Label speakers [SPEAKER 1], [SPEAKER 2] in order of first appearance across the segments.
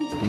[SPEAKER 1] tem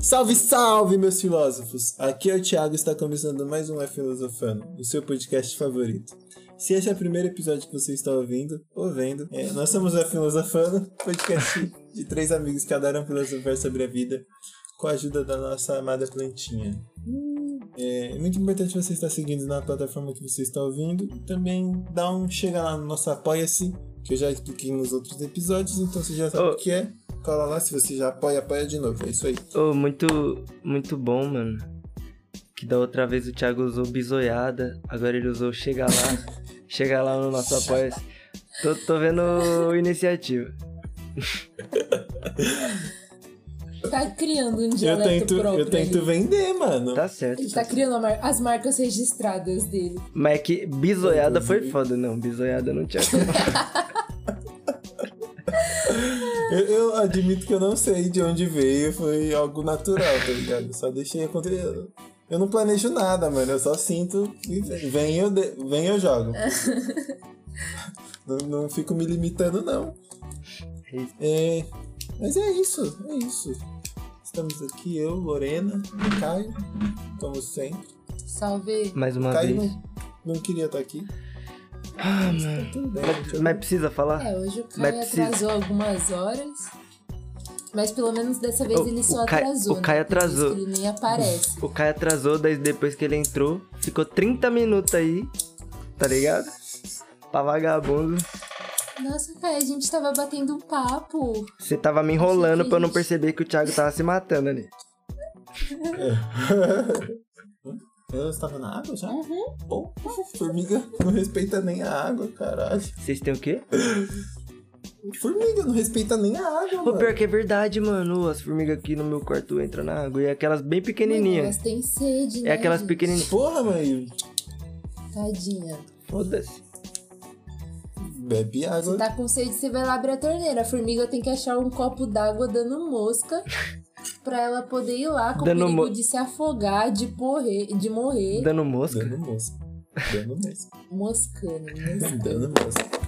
[SPEAKER 2] Salve, salve, meus filósofos! Aqui é o Thiago e está começando mais um É Filosofando, o seu podcast favorito. Se esse é o primeiro episódio que você está ouvindo ou vendo, é, nós somos o É Filosofando, podcast de três amigos que adoram filosofar sobre a vida com a ajuda da nossa amada plantinha. É, é muito importante você estar seguindo na plataforma que você está ouvindo. Também dá um chega lá no nosso Apoia-se, que eu já expliquei nos outros episódios, então você já sabe
[SPEAKER 3] Ô.
[SPEAKER 2] o que é. Cola lá, se você já apoia, apoia de novo. É isso aí.
[SPEAKER 3] Ô, muito, muito bom, mano. Que da outra vez o Thiago usou bizoiada, agora ele usou chega lá, chega lá no nosso apoia -se. tô, tô vendo o iniciativa.
[SPEAKER 4] Tá criando um
[SPEAKER 2] Eu
[SPEAKER 4] dialeto
[SPEAKER 2] tento,
[SPEAKER 4] próprio.
[SPEAKER 2] eu tento
[SPEAKER 4] ali.
[SPEAKER 2] vender, mano.
[SPEAKER 3] Tá certo.
[SPEAKER 4] Ele tá criando a mar- as marcas registradas dele.
[SPEAKER 3] Mas é que bizoiada foi foda, não. Bizoiada não tinha. como.
[SPEAKER 2] Eu, eu admito que eu não sei de onde veio, foi algo natural, tá ligado? Eu Só deixei acontecer. Eu- Eu não planejo nada, mano. Eu só sinto e vem eu, de- vem eu jogo. não, não fico me limitando, não. É, mas é isso, é isso. Estamos aqui, eu, Lorena e Caio, como sempre.
[SPEAKER 4] Salve.
[SPEAKER 3] Mais uma
[SPEAKER 2] Caio
[SPEAKER 3] vez.
[SPEAKER 2] não, não queria estar aqui.
[SPEAKER 3] Ah, mano.
[SPEAKER 2] Tudo bem,
[SPEAKER 3] Mas,
[SPEAKER 2] tudo
[SPEAKER 3] mas precisa falar?
[SPEAKER 4] É, hoje o
[SPEAKER 3] Mas
[SPEAKER 4] Caio
[SPEAKER 3] precisa-
[SPEAKER 4] atrasou algumas horas. Mas pelo menos dessa vez
[SPEAKER 3] O-
[SPEAKER 4] ele só
[SPEAKER 3] o Caio-
[SPEAKER 4] atrasou.
[SPEAKER 3] o
[SPEAKER 4] né?
[SPEAKER 3] Caio
[SPEAKER 4] Por isso
[SPEAKER 3] atrasou.
[SPEAKER 4] que Ele nem aparece.
[SPEAKER 3] O Kai atrasou, daí depois que ele entrou, ficou 30 minutos aí, tá ligado? Pra vagabundo.
[SPEAKER 4] Nossa, Caio, a gente tava batendo um papo.
[SPEAKER 3] Você tava me enrolando pra eu não
[SPEAKER 4] Gente.
[SPEAKER 3] perceber que o Thiago tava se matando ali.
[SPEAKER 2] Eu estava na água já?
[SPEAKER 4] Uhum.
[SPEAKER 2] Pô, formiga não respeita nem a água, caralho.
[SPEAKER 3] Vocês têm o quê?
[SPEAKER 2] Formiga não respeita nem a água,
[SPEAKER 3] O
[SPEAKER 2] mano.
[SPEAKER 3] pior que é verdade, mano. As formigas aqui no meu quarto entram na água. E é aquelas bem
[SPEAKER 4] Mano,
[SPEAKER 3] pequenininhas.
[SPEAKER 4] elas têm sede, né?
[SPEAKER 3] É aquelas
[SPEAKER 4] gente?
[SPEAKER 3] pequenininhas.
[SPEAKER 2] Porra, mãe.
[SPEAKER 4] Tadinha.
[SPEAKER 3] Foda-se.
[SPEAKER 2] Bebe água.
[SPEAKER 4] Tá com sede, você vai lá abrir a torneira. A formiga tem que achar um copo d'água dando mosca pra ela poder ir lá com
[SPEAKER 3] Dando
[SPEAKER 4] o perigo
[SPEAKER 3] mo-
[SPEAKER 4] de se afogar, de, porrer, de morrer.
[SPEAKER 3] Dando mosca.
[SPEAKER 2] Dando mosca. Dando mosca.
[SPEAKER 4] Moscando, né?
[SPEAKER 2] Dando mosca.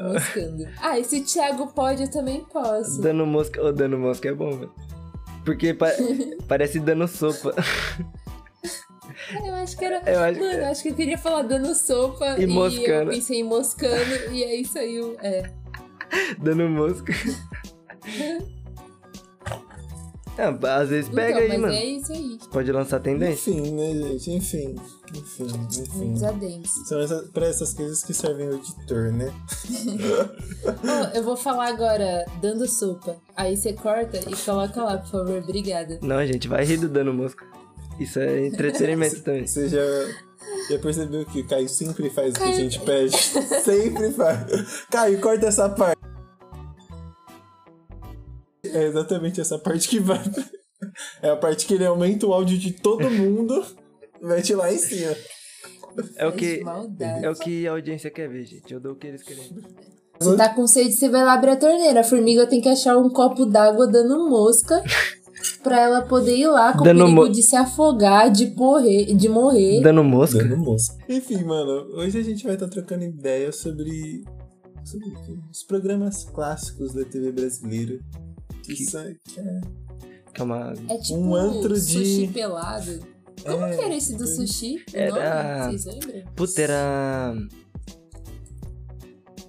[SPEAKER 4] moscando. Ah, e se o Thiago pode, eu também posso.
[SPEAKER 3] Dando mosca. Ô, dando mosca é bom, velho. Porque pa- parece dando sopa.
[SPEAKER 4] Ah, Eu acho que era.
[SPEAKER 3] Eu acho que-
[SPEAKER 4] Mano, eu acho que eu queria falar dando sopa
[SPEAKER 3] E
[SPEAKER 4] e, eu
[SPEAKER 3] moscando.
[SPEAKER 4] pensei em moscando e aí saiu. É.
[SPEAKER 3] dando mosca. Ah, às vezes pega
[SPEAKER 4] então,
[SPEAKER 3] aí,
[SPEAKER 4] mas
[SPEAKER 3] mano.
[SPEAKER 4] é isso aí.
[SPEAKER 3] Pode lançar tendência.
[SPEAKER 2] Enfim, né, gente? Enfim. Enfim, enfim.
[SPEAKER 4] Muitos adentes.
[SPEAKER 2] São essas, pra essas coisas que servem o editor, né?
[SPEAKER 4] Ó, eu vou falar agora dando sopa. Aí você corta e coloca lá, por favor. Obrigada.
[SPEAKER 3] Não, gente, vai rir do dando mosca. Isso é entretenimento também.
[SPEAKER 2] Você já, já percebeu que o Caio sempre faz o que a gente pede? sempre faz. Caio, corta essa parte. É exatamente essa parte que vai. É a parte que ele aumenta o áudio de todo mundo e mete lá em cima.
[SPEAKER 3] É o
[SPEAKER 4] Faz
[SPEAKER 3] que.
[SPEAKER 4] maldade.
[SPEAKER 3] É o que a audiência quer ver, gente. Eu dou o que eles querem. ver.
[SPEAKER 4] Você tá com sede, você vai lá abrir a torneira. A formiga tem que achar um copo d'água dando mosca pra ela poder ir lá com
[SPEAKER 3] Dando
[SPEAKER 4] o perigo
[SPEAKER 3] mo-
[SPEAKER 4] de se afogar, de, porrer, de morrer.
[SPEAKER 3] Dando mosca?
[SPEAKER 2] Dando moço. Enfim, mano, hoje a gente vai estar trocando ideia sobre. sobre o quê? os programas clássicos da TV brasileira. Que,
[SPEAKER 3] Que-
[SPEAKER 2] são- que é-
[SPEAKER 3] Calma.
[SPEAKER 4] É tipo
[SPEAKER 2] Um antro de-
[SPEAKER 4] sushi pelado. Como
[SPEAKER 2] é,
[SPEAKER 4] que era esse do sushi? O
[SPEAKER 3] Era-
[SPEAKER 4] nome? Vocês lembram?
[SPEAKER 3] Puta, era.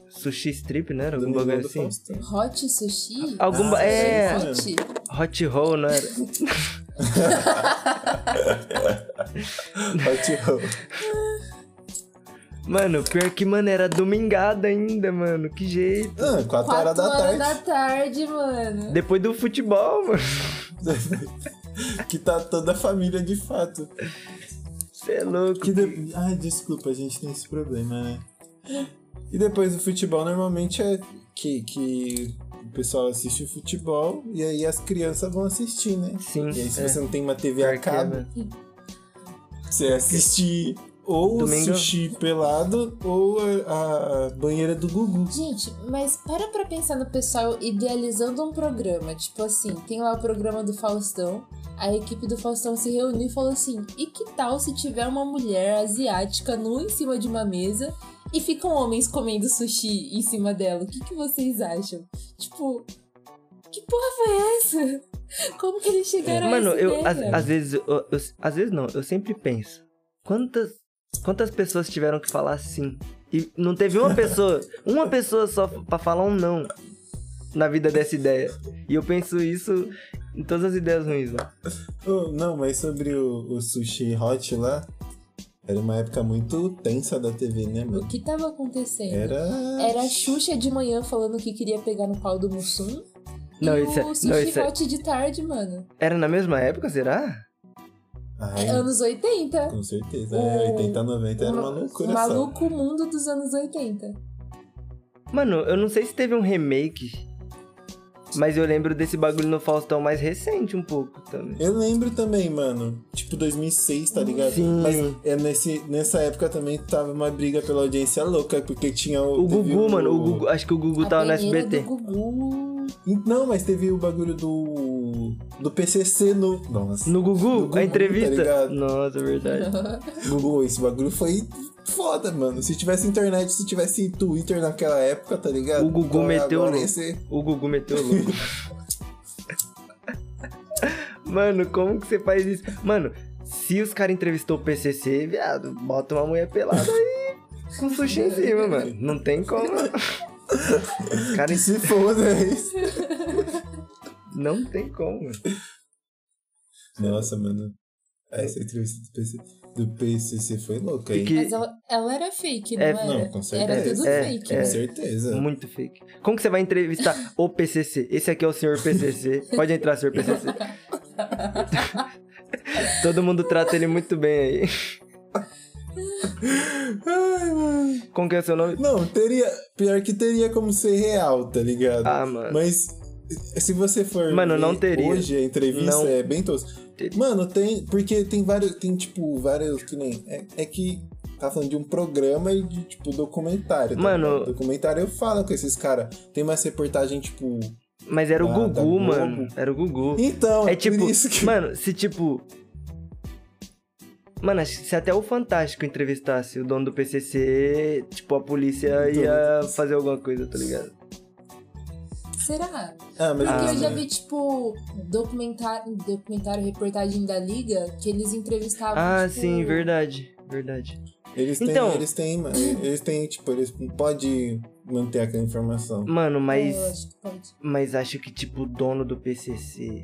[SPEAKER 3] Sushi strip, né? Era
[SPEAKER 2] do
[SPEAKER 3] algum
[SPEAKER 2] Domingão
[SPEAKER 3] bagulho
[SPEAKER 2] do
[SPEAKER 3] assim?
[SPEAKER 2] Faustão.
[SPEAKER 4] Hot sushi?
[SPEAKER 3] Algum. ba-
[SPEAKER 2] Ah,
[SPEAKER 3] é.
[SPEAKER 2] sim.
[SPEAKER 4] Hot.
[SPEAKER 3] Hot roll, né? não era?
[SPEAKER 2] Hot roll.
[SPEAKER 3] Mano, pior que, mano, era domingada ainda, mano. Que jeito.
[SPEAKER 2] Ah, 4
[SPEAKER 4] 4
[SPEAKER 2] horas da
[SPEAKER 4] horas
[SPEAKER 2] tarde.
[SPEAKER 4] da tarde, mano.
[SPEAKER 3] Depois do futebol, mano.
[SPEAKER 2] que tá toda a família de fato.
[SPEAKER 3] Você é louco.
[SPEAKER 2] Que de... Ah, desculpa, a gente tem esse problema, né? E depois do futebol normalmente é que, que pessoal assiste o futebol e aí as crianças vão assistir, né?
[SPEAKER 3] Sim.
[SPEAKER 2] E aí se
[SPEAKER 3] é.
[SPEAKER 2] você não tem uma TV
[SPEAKER 3] Pior
[SPEAKER 2] a
[SPEAKER 3] que é,
[SPEAKER 2] cabo,
[SPEAKER 3] mano.
[SPEAKER 2] você assiste ou
[SPEAKER 3] Domingo.
[SPEAKER 2] o sushi pelado ou a, a banheira do Gugu.
[SPEAKER 4] Gente, mas para pra pensar no pessoal idealizando um programa. Tipo assim, tem lá o programa do Faustão. A equipe do Faustão se reuniu e falou assim: e que tal se tiver uma mulher asiática nua em cima de uma mesa e ficam homens comendo sushi em cima dela? O que, que vocês acham? Tipo, que porra foi essa? Como que eles chegaram a
[SPEAKER 3] É, Mano,
[SPEAKER 4] essa
[SPEAKER 3] eu
[SPEAKER 4] ideia?
[SPEAKER 3] às, às vezes, eu, eu- às vezes não, eu sempre penso. Quantas quantas pessoas tiveram que falar sim? E não teve uma pessoa, uma pessoa só pra falar um não na vida dessa ideia. E eu penso isso em todas as ideias ruins, mano.
[SPEAKER 2] Oh, não, mas sobre o, o sushi hot lá, era uma época muito tensa da TV, né,
[SPEAKER 4] O
[SPEAKER 2] mano?
[SPEAKER 4] que tava acontecendo?
[SPEAKER 2] Era.
[SPEAKER 4] Era a Xuxa de manhã falando que queria pegar no pau do Mussum.
[SPEAKER 3] Não,
[SPEAKER 4] e
[SPEAKER 3] isso é-
[SPEAKER 4] o
[SPEAKER 3] não,
[SPEAKER 4] sushi
[SPEAKER 3] isso é-
[SPEAKER 4] hot de tarde, mano.
[SPEAKER 3] Era na mesma época, será?
[SPEAKER 2] Ai,
[SPEAKER 4] É, Anos 80.
[SPEAKER 2] com certeza. É,
[SPEAKER 4] O-
[SPEAKER 2] 80, 90 era uma loucura só.
[SPEAKER 4] um Maluco mundo dos anos 80.
[SPEAKER 3] Mano, eu não sei se teve um remake, mas eu lembro desse bagulho no Faustão mais recente um pouco também.
[SPEAKER 2] Eu lembro também, mano. Tipo 2006, tá ligado?
[SPEAKER 3] Sim.
[SPEAKER 2] Mas é nesse, nessa época também tava uma briga pela audiência louca, porque tinha o.
[SPEAKER 3] O
[SPEAKER 2] teve
[SPEAKER 3] Gugu, mano, o Gugu, acho que o Gugu
[SPEAKER 4] A
[SPEAKER 3] tava no
[SPEAKER 4] peneira
[SPEAKER 3] SBT.
[SPEAKER 4] do Gugu.
[SPEAKER 2] Não, mas teve o bagulho do. Do PCC no. Nossa.
[SPEAKER 3] No
[SPEAKER 2] No
[SPEAKER 3] Gugu,
[SPEAKER 2] Gugu,
[SPEAKER 3] a
[SPEAKER 2] tá
[SPEAKER 3] entrevista.
[SPEAKER 2] ligado?
[SPEAKER 3] Nossa, é verdade.
[SPEAKER 2] Gugu, esse bagulho foi foda, mano. Se tivesse internet, se tivesse Twitter naquela época, tá ligado?
[SPEAKER 3] O Gugu
[SPEAKER 2] Agora-
[SPEAKER 3] meteu
[SPEAKER 2] agora
[SPEAKER 3] o-
[SPEAKER 2] ia ser-
[SPEAKER 3] O Gugu meteu o louco. Mano, como que você faz isso? Mano, se os caras entrevistou o PCC, viado, bota uma mulher pelada aí com um sushi em cima, mano. Não tem como. Os caras
[SPEAKER 2] Se foda, é isso.
[SPEAKER 3] não tem como. mano.
[SPEAKER 2] Nossa, mano. Essa entrevista do PCC, do PCC foi louca,
[SPEAKER 3] E
[SPEAKER 2] hein?
[SPEAKER 4] Mas
[SPEAKER 3] que
[SPEAKER 4] ela, ela era fake, não
[SPEAKER 3] É,
[SPEAKER 4] era?
[SPEAKER 2] Não, com
[SPEAKER 4] era
[SPEAKER 2] certeza.
[SPEAKER 4] tudo
[SPEAKER 3] É,
[SPEAKER 4] fake.
[SPEAKER 2] Com
[SPEAKER 3] é.
[SPEAKER 2] certeza.
[SPEAKER 3] muito fake. Como que você vai entrevistar o PCC? Esse aqui é o senhor PCC. Pode entrar, senhor PCC. Todo mundo trata ele muito bem aí.
[SPEAKER 2] Ai, mano.
[SPEAKER 3] Como que é o seu nome?
[SPEAKER 2] Não, teria. Pior que teria como ser real, tá ligado?
[SPEAKER 3] Ah, mano.
[SPEAKER 2] Mas se você for.
[SPEAKER 3] Mano, não
[SPEAKER 2] ver
[SPEAKER 3] teria.
[SPEAKER 2] Hoje a entrevista
[SPEAKER 3] Não.
[SPEAKER 2] é bem tosca.
[SPEAKER 3] Teria.
[SPEAKER 2] Mano, tem. Porque tem vários. Tem, tipo, vários. Que nem. É, é que. Tá falando de um programa e de, tipo, documentário. tá
[SPEAKER 3] Mano.
[SPEAKER 2] ligado? Documentário eu falo com esses caras. Tem mais reportagem, tipo.
[SPEAKER 3] Mas era o
[SPEAKER 2] Ah, da
[SPEAKER 3] Gugu,
[SPEAKER 2] Globo.
[SPEAKER 3] mano. Era o Gugu.
[SPEAKER 2] Então,
[SPEAKER 3] É tipo,
[SPEAKER 2] por isso que.
[SPEAKER 3] mano, se tipo. Mano, acho que se até o Fantástico entrevistasse o dono do PCC, tipo, a polícia
[SPEAKER 2] Dono do
[SPEAKER 3] ia
[SPEAKER 2] PCC.
[SPEAKER 3] fazer alguma coisa, tá ligado?
[SPEAKER 4] Será?
[SPEAKER 2] Ah, mas
[SPEAKER 4] Porque
[SPEAKER 2] ah,
[SPEAKER 4] é eu já vi, tipo, documentário, documentário, reportagem da Liga, que eles entrevistavam.
[SPEAKER 3] Ah,
[SPEAKER 4] tipo,
[SPEAKER 3] sim, verdade, verdade.
[SPEAKER 2] Eles têm,
[SPEAKER 3] Então.
[SPEAKER 2] eles têm, mano. Eles têm, tipo, eles podem manter aquela informação.
[SPEAKER 3] Mano,
[SPEAKER 4] é, eu
[SPEAKER 3] mas.
[SPEAKER 4] acho que pode.
[SPEAKER 3] Mas acho que, tipo, o dono do PCC.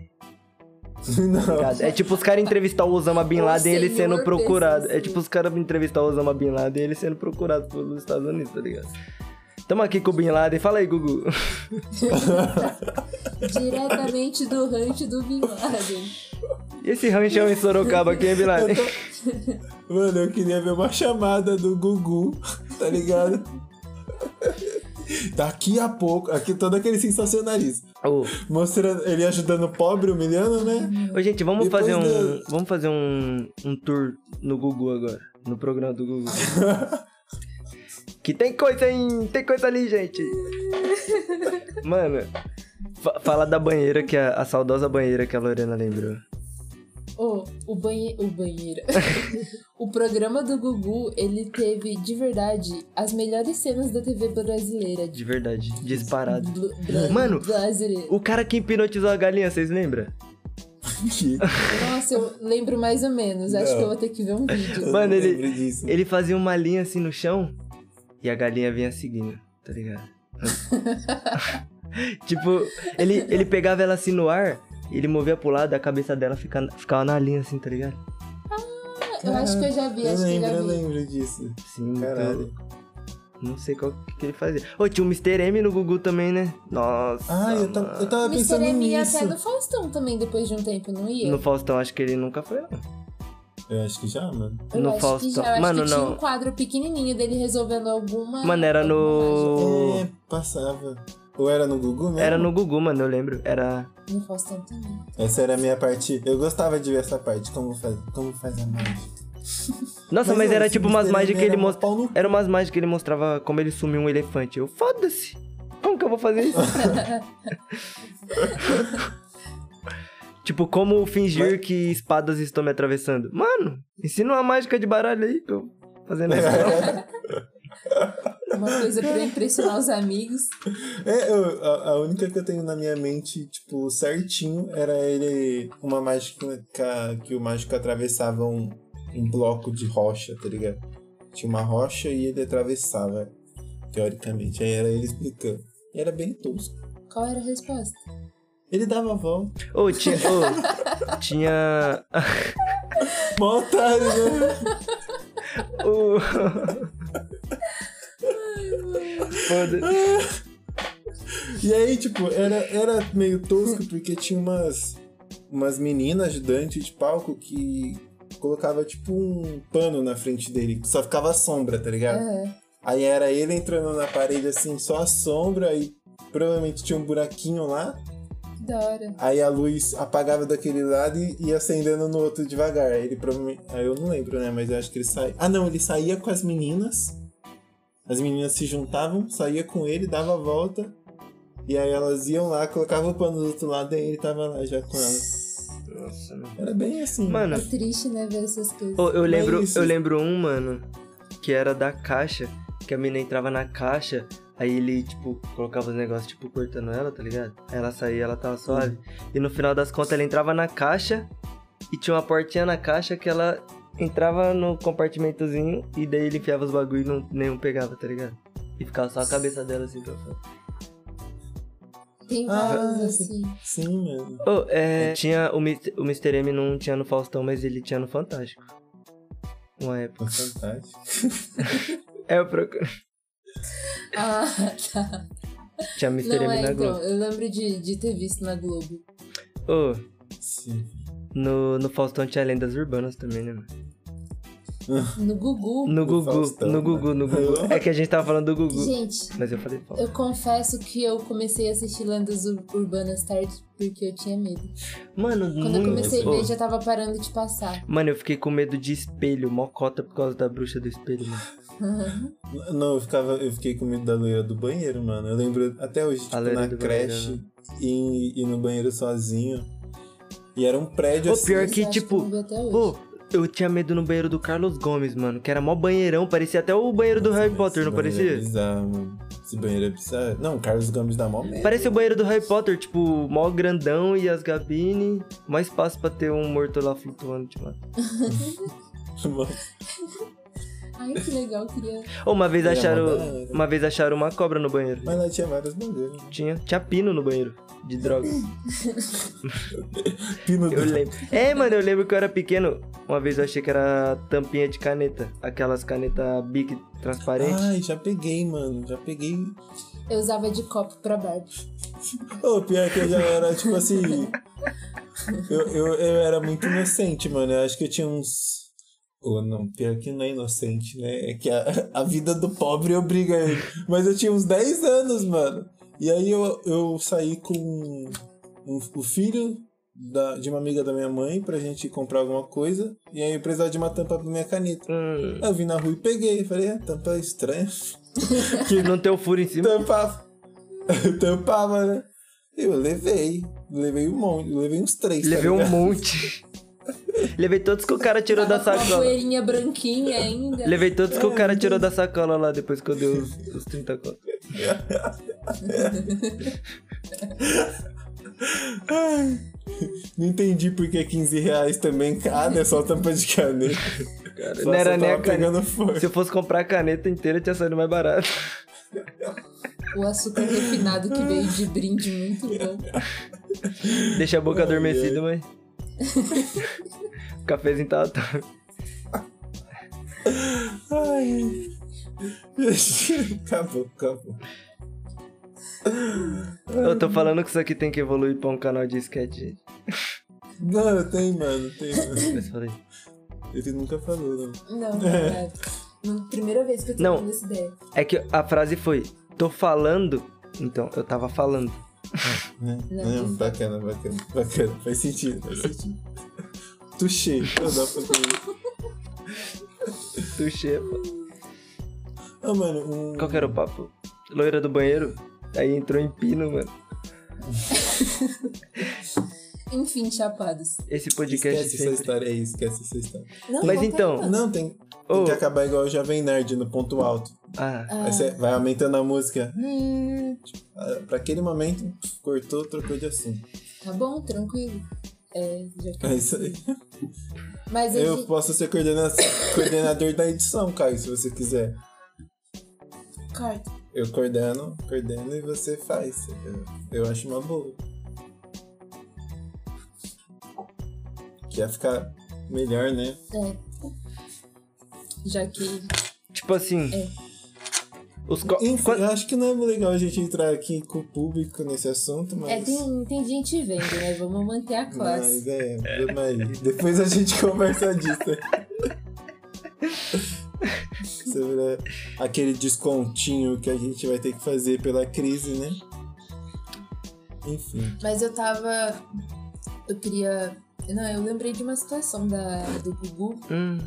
[SPEAKER 2] Não.
[SPEAKER 3] Cara, É tipo os caras entrevistar o Osama Bin
[SPEAKER 4] O
[SPEAKER 3] Laden e ele
[SPEAKER 4] senhor
[SPEAKER 3] sendo procurado.
[SPEAKER 4] PCC.
[SPEAKER 3] É tipo os caras entrevistar o Osama Bin Laden e ele sendo procurado pelos Estados Unidos, tá ligado? Tamo aqui com o Bin Laden. Fala aí, Gugu.
[SPEAKER 4] Diretamente do rancho do Bin Laden.
[SPEAKER 3] E esse ranchão em Sorocaba aqui, hein, Bin Laden?
[SPEAKER 2] Mano, eu queria ver uma chamada do Gugu, tá ligado? Daqui a pouco, aqui todo aquele sensacionalismo.
[SPEAKER 3] Ô,
[SPEAKER 2] Mostrando ele ajudando o pobre, humilhando, né?
[SPEAKER 3] Ô, gente, vamos
[SPEAKER 2] Depois
[SPEAKER 3] fazer um.
[SPEAKER 2] do-
[SPEAKER 3] Vamos fazer um, um tour no Google agora. No programa do Google. que tem coisa, hein? Tem coisa ali, gente. Mano, fa fala da banheira que a, a saudosa banheira que a Lorena lembrou.
[SPEAKER 4] Ô, o, banhe... o banheiro. o programa do Gugu, ele teve, de verdade, as melhores cenas da TV brasileira.
[SPEAKER 3] De verdade. Disparado.
[SPEAKER 4] Bl- bra-
[SPEAKER 3] Mano,
[SPEAKER 4] brasileira.
[SPEAKER 3] O cara que hipnotizou a galinha, vocês lembram?
[SPEAKER 2] Que-
[SPEAKER 4] Nossa, eu lembro mais ou menos. Acho
[SPEAKER 2] Não.
[SPEAKER 4] que eu vou ter que ver um vídeo.
[SPEAKER 2] eu
[SPEAKER 3] Mano,
[SPEAKER 2] não
[SPEAKER 3] ele-
[SPEAKER 2] lembro disso.
[SPEAKER 3] Ele fazia uma linha assim no chão e a galinha vinha seguindo, tá ligado? tipo, ele, ele pegava ela assim no ar, ele movia pro lado, a cabeça dela fica, ficava na linha assim, tá ligado?
[SPEAKER 4] Eu acho que eu já vi,
[SPEAKER 2] Eu
[SPEAKER 4] acho que eu
[SPEAKER 2] lembro,
[SPEAKER 4] já
[SPEAKER 2] eu
[SPEAKER 4] vi.
[SPEAKER 2] lembro disso.
[SPEAKER 3] Sim, muito
[SPEAKER 2] Caralho.
[SPEAKER 3] louco. Não sei qual que ele fazia. Ô, tinha o Mr. M no Gugu também, né? Nossa.
[SPEAKER 2] Ah, eu, ta- eu
[SPEAKER 3] mano.
[SPEAKER 2] tava pensando
[SPEAKER 4] Mr. M ia
[SPEAKER 2] nisso.
[SPEAKER 4] até no Faustão também, depois de um tempo, não ia?
[SPEAKER 3] No Faustão, acho que ele nunca foi, não.
[SPEAKER 2] Eu acho que já, mano.
[SPEAKER 4] eu
[SPEAKER 3] no
[SPEAKER 4] acho
[SPEAKER 3] Faustão.
[SPEAKER 4] Que já, eu acho
[SPEAKER 3] Mano,
[SPEAKER 4] que tinha
[SPEAKER 3] não.
[SPEAKER 4] um Ah, quadro pequenininho dele resolvendo alguma...
[SPEAKER 3] Mano, era
[SPEAKER 4] alguma mágica.
[SPEAKER 3] no.
[SPEAKER 2] É, passava. Ou era no Gugu mesmo?
[SPEAKER 3] Era no Gugu, mano, eu lembro. Era.
[SPEAKER 4] No Faustão também.
[SPEAKER 2] Essa era a minha parte. Eu gostava de ver essa parte, como faz, como faz a mágica.
[SPEAKER 3] Nossa, mas,
[SPEAKER 2] ó,
[SPEAKER 3] era
[SPEAKER 2] esse
[SPEAKER 3] tipo umas
[SPEAKER 2] Mr.
[SPEAKER 3] mágicas que
[SPEAKER 2] Meme
[SPEAKER 3] ele
[SPEAKER 2] era mó
[SPEAKER 3] mostrava.
[SPEAKER 2] pau no
[SPEAKER 3] Era umas mágicas que ele mostrava como ele sumiu um elefante. Eu, foda-se! Como que eu vou fazer isso? tipo, como fingir que espadas estão me atravessando? Mano, ensina uma mágica de baralho aí pra eu fazer nessa.
[SPEAKER 4] Uma coisa pra impressionar os amigos.
[SPEAKER 2] É, eu- a, a única que eu tenho na minha mente, tipo, certinho, era ele. Uma mágica que o mágico atravessava um, um bloco de rocha, tá ligado? Tinha uma rocha e ele atravessava, teoricamente. Aí era ele explicando. E era bem tosco.
[SPEAKER 4] Qual era a resposta?
[SPEAKER 2] Ele dava a volta.
[SPEAKER 3] Ô, tinha. ô, tinha.
[SPEAKER 2] Mó otário, né?
[SPEAKER 3] ô. Foda-se.
[SPEAKER 2] E aí, tipo, era, era meio tosco porque tinha umas, umas meninas ajudantes de palco que colocava, tipo, um pano na frente dele. que Só ficava a sombra, tá
[SPEAKER 3] É.
[SPEAKER 2] ligado?
[SPEAKER 4] Aham.
[SPEAKER 2] Aí era ele entrando na parede assim, só a sombra, e provavelmente tinha um buraquinho lá.
[SPEAKER 4] que da hora.
[SPEAKER 2] Aí a luz apagava daquele lado e ia acendendo no outro devagar. Aí Ele provavelmente. Aí eu não lembro, né? Mas eu acho que ele saía. Ah, não, ele saía com as meninas. As meninas se juntavam, saía com ele, dava a volta. E aí elas iam lá, colocavam o pano do outro lado e aí ele tava lá já com elas.
[SPEAKER 3] Nossa, mano.
[SPEAKER 2] Era bem assim.
[SPEAKER 3] Mano,
[SPEAKER 4] É triste, né, ver essas coisas.
[SPEAKER 3] Ô, eu
[SPEAKER 2] Mas
[SPEAKER 3] lembro,
[SPEAKER 2] isso-
[SPEAKER 3] eu lembro um, mano, que era da caixa, que a menina entrava na caixa, aí ele, tipo, colocava os negócios, tipo, cortando ela, tá ligado? Aí ela saía, ela tava suave. E no final das contas, ela entrava na caixa e tinha uma portinha na caixa que ela entrava no compartimentozinho e daí ele enfiava os bagulho e não, nenhum pegava, tá ligado? E ficava só a cabeça dela assim pra fora.
[SPEAKER 4] Tem
[SPEAKER 2] Ah,
[SPEAKER 3] é.
[SPEAKER 4] vários assim.
[SPEAKER 2] sim. Sim, mano.
[SPEAKER 3] Ô, é, tinha o, Mr. o Mr. M não tinha no Faustão, mas ele tinha no Fantástico. Uma época.
[SPEAKER 2] Fantástico.
[SPEAKER 3] É, eu procuro.
[SPEAKER 4] Ah, tá.
[SPEAKER 3] Tinha Mr.
[SPEAKER 4] Não,
[SPEAKER 3] M
[SPEAKER 4] é,
[SPEAKER 3] na Globo.
[SPEAKER 4] então, eu lembro de, de ter visto na Globo.
[SPEAKER 3] Ô,
[SPEAKER 2] Sim.
[SPEAKER 3] no, no Faustão tinha lendas urbanas também, né? mano?
[SPEAKER 4] No Gugu.
[SPEAKER 3] No
[SPEAKER 2] No
[SPEAKER 3] Gugu,
[SPEAKER 2] Faustão, né?
[SPEAKER 3] no Gugu, no Gugu. É que a gente tava falando do Gugu.
[SPEAKER 4] Gente,
[SPEAKER 3] Mas eu falei Faustão.
[SPEAKER 4] eu confesso que eu comecei a assistir Lendas Ur- Urbanas tarde porque eu tinha medo.
[SPEAKER 3] Mano,
[SPEAKER 4] Quando
[SPEAKER 3] muito.
[SPEAKER 4] eu comecei a
[SPEAKER 3] Ô,
[SPEAKER 4] ver, já tava parando de passar.
[SPEAKER 3] Mano, eu fiquei com medo de espelho, mocota por causa da bruxa do espelho, mano.
[SPEAKER 2] Não, eu, ficava, eu fiquei com medo da loira do banheiro, mano. Eu lembro até hoje, tipo,
[SPEAKER 3] loira
[SPEAKER 2] na
[SPEAKER 3] do
[SPEAKER 2] creche
[SPEAKER 3] banheiro,
[SPEAKER 2] e, e no banheiro sozinho. E era um prédio
[SPEAKER 3] Ô,
[SPEAKER 2] assim.
[SPEAKER 3] pior
[SPEAKER 4] Isso eu
[SPEAKER 3] que,
[SPEAKER 4] acho eu não
[SPEAKER 3] tipo,
[SPEAKER 4] vi até hoje.
[SPEAKER 3] ô, eu tinha medo no banheiro do Carlos Gomes, mano, que era mó banheirão, parecia até o banheiro do Harry Potter, não
[SPEAKER 2] Esse banheiro É
[SPEAKER 3] parecia?
[SPEAKER 2] bizarro, mano. Esse banheiro é bizarro. Não, o Carlos Gomes dá mó medo.
[SPEAKER 3] Parece o banheiro do Harry Potter, tipo, mó grandão e as gabines, mó espaço pra ter um morto lá flutuando, tipo.
[SPEAKER 4] Ai, que legal, queria.
[SPEAKER 3] Ô, uma vez
[SPEAKER 2] Era é mó
[SPEAKER 3] acharam,
[SPEAKER 2] da hora. né?
[SPEAKER 3] uma vez acharam uma cobra no banheiro.
[SPEAKER 2] Mas lá tinha vários bandeiros.
[SPEAKER 3] Tinha, tinha pino no banheiro de droga.
[SPEAKER 2] Pino
[SPEAKER 3] Eu
[SPEAKER 2] do...
[SPEAKER 3] lembro. É, mano, eu lembro que eu era pequeno. Uma vez eu achei que era tampinha de caneta. Aquelas canetas bic transparente.
[SPEAKER 2] Ai, já peguei, mano. Já peguei.
[SPEAKER 4] Eu usava de copo pra Barbie.
[SPEAKER 2] Ô, pior que eu já era, tipo assim. Eu, eu, eu era muito inocente, mano. Eu acho que eu tinha uns. Ou não, pior que não é inocente, né? É que a, a vida do pobre obriga ele. Mas eu tinha uns 10 anos, mano. E aí eu, eu saí com um- o filho da- de uma amiga da minha mãe pra gente comprar alguma coisa. E aí eu precisava de uma tampa pra minha caneta.
[SPEAKER 3] Hum,
[SPEAKER 2] Eu vi na rua e peguei. Falei, ah, tampa estranha. Ah,
[SPEAKER 3] que não tem o furo em cima.
[SPEAKER 2] Tampava. Tampava, né? Eu levei. Levei um monte. Levei uns três. tá
[SPEAKER 3] Levei um
[SPEAKER 2] ligado?
[SPEAKER 3] monte. Levei todos que o cara tirou da
[SPEAKER 4] Tava com Uma
[SPEAKER 3] sacola.
[SPEAKER 4] poeirinha branquinha ainda.
[SPEAKER 3] Levei todos que o
[SPEAKER 2] É.
[SPEAKER 3] cara tirou da sacola lá depois que eu dei os, os 30 contos.
[SPEAKER 2] Não entendi porque 15 reais também cada, é só tampa de caneta. Só
[SPEAKER 3] Não era
[SPEAKER 2] só
[SPEAKER 3] nem a
[SPEAKER 2] tava
[SPEAKER 3] caneta.
[SPEAKER 2] pegando fogo.
[SPEAKER 3] Se eu fosse comprar a caneta inteira, tinha saído mais barato.
[SPEAKER 4] O açúcar refinado que veio de brinde, muito bom.
[SPEAKER 3] Deixa a boca
[SPEAKER 2] Ai,
[SPEAKER 3] adormecida, mas. o cafezinho tava. top.
[SPEAKER 2] Ai. acabou, acabou.
[SPEAKER 3] Eu tô falando que isso aqui tem que evoluir pra um canal de sketch, gente.
[SPEAKER 2] Não, tem, mano, tem, mano.
[SPEAKER 3] Mas falei.
[SPEAKER 2] Ele nunca falou, não.
[SPEAKER 4] Não, cara. Primeira vez que eu tô
[SPEAKER 3] Não.
[SPEAKER 4] tendo essa ideia.
[SPEAKER 3] É que a frase foi: tô falando Então, eu tava falando.
[SPEAKER 2] Né?
[SPEAKER 4] Não.
[SPEAKER 2] Não, bacana, bacana, bacana. Faz sentido, faz sentido. Tuxei. Não dá pra entender.
[SPEAKER 3] Tuxê.
[SPEAKER 2] Ah, mano, um...
[SPEAKER 3] Qual que é era o papo? Loira do banheiro? Aí entrou em pino, mano.
[SPEAKER 4] Enfim, chapados.
[SPEAKER 3] Esse podcast
[SPEAKER 2] Esquece essa
[SPEAKER 3] sempre...
[SPEAKER 2] história aí, esquece essa história.
[SPEAKER 4] Não,
[SPEAKER 3] Mas
[SPEAKER 4] não tem
[SPEAKER 3] então-
[SPEAKER 4] nada.
[SPEAKER 2] Ah, Não, tem, tem
[SPEAKER 3] Ô.
[SPEAKER 2] que acabar igual o Jovem Nerd no ponto alto.
[SPEAKER 3] Ah,
[SPEAKER 2] Aí você vai aumentando a música. Ah, Pra aquele momento, cortou, trocou de assunto.
[SPEAKER 4] Tá bom, tranquilo. É, já que...
[SPEAKER 2] É isso aí.
[SPEAKER 4] Mas a
[SPEAKER 2] Eu
[SPEAKER 4] gente-
[SPEAKER 2] posso ser coordena- coordenador da edição, Caio, se você quiser.
[SPEAKER 4] Corta.
[SPEAKER 2] Eu coordeno, coordeno e você faz. Eu, eu acho uma boa. Que ia ficar melhor, né?
[SPEAKER 4] É. Já que.
[SPEAKER 3] tipo assim...
[SPEAKER 4] É.
[SPEAKER 3] Os co...
[SPEAKER 2] Enfim,
[SPEAKER 3] qua-
[SPEAKER 2] eu acho que não é legal a gente entrar aqui com o público nesse assunto, mas.
[SPEAKER 4] É, tem, tem gente vendo, né? Vamos manter a classe.
[SPEAKER 2] Mas é, mas depois a gente conversa disso. Sobre aquele descontinho que a gente vai ter que fazer pela crise, né? Enfim.
[SPEAKER 4] Mas eu tava. Eu queria. Não, eu lembrei de uma situação da, do Gugu
[SPEAKER 3] Hum,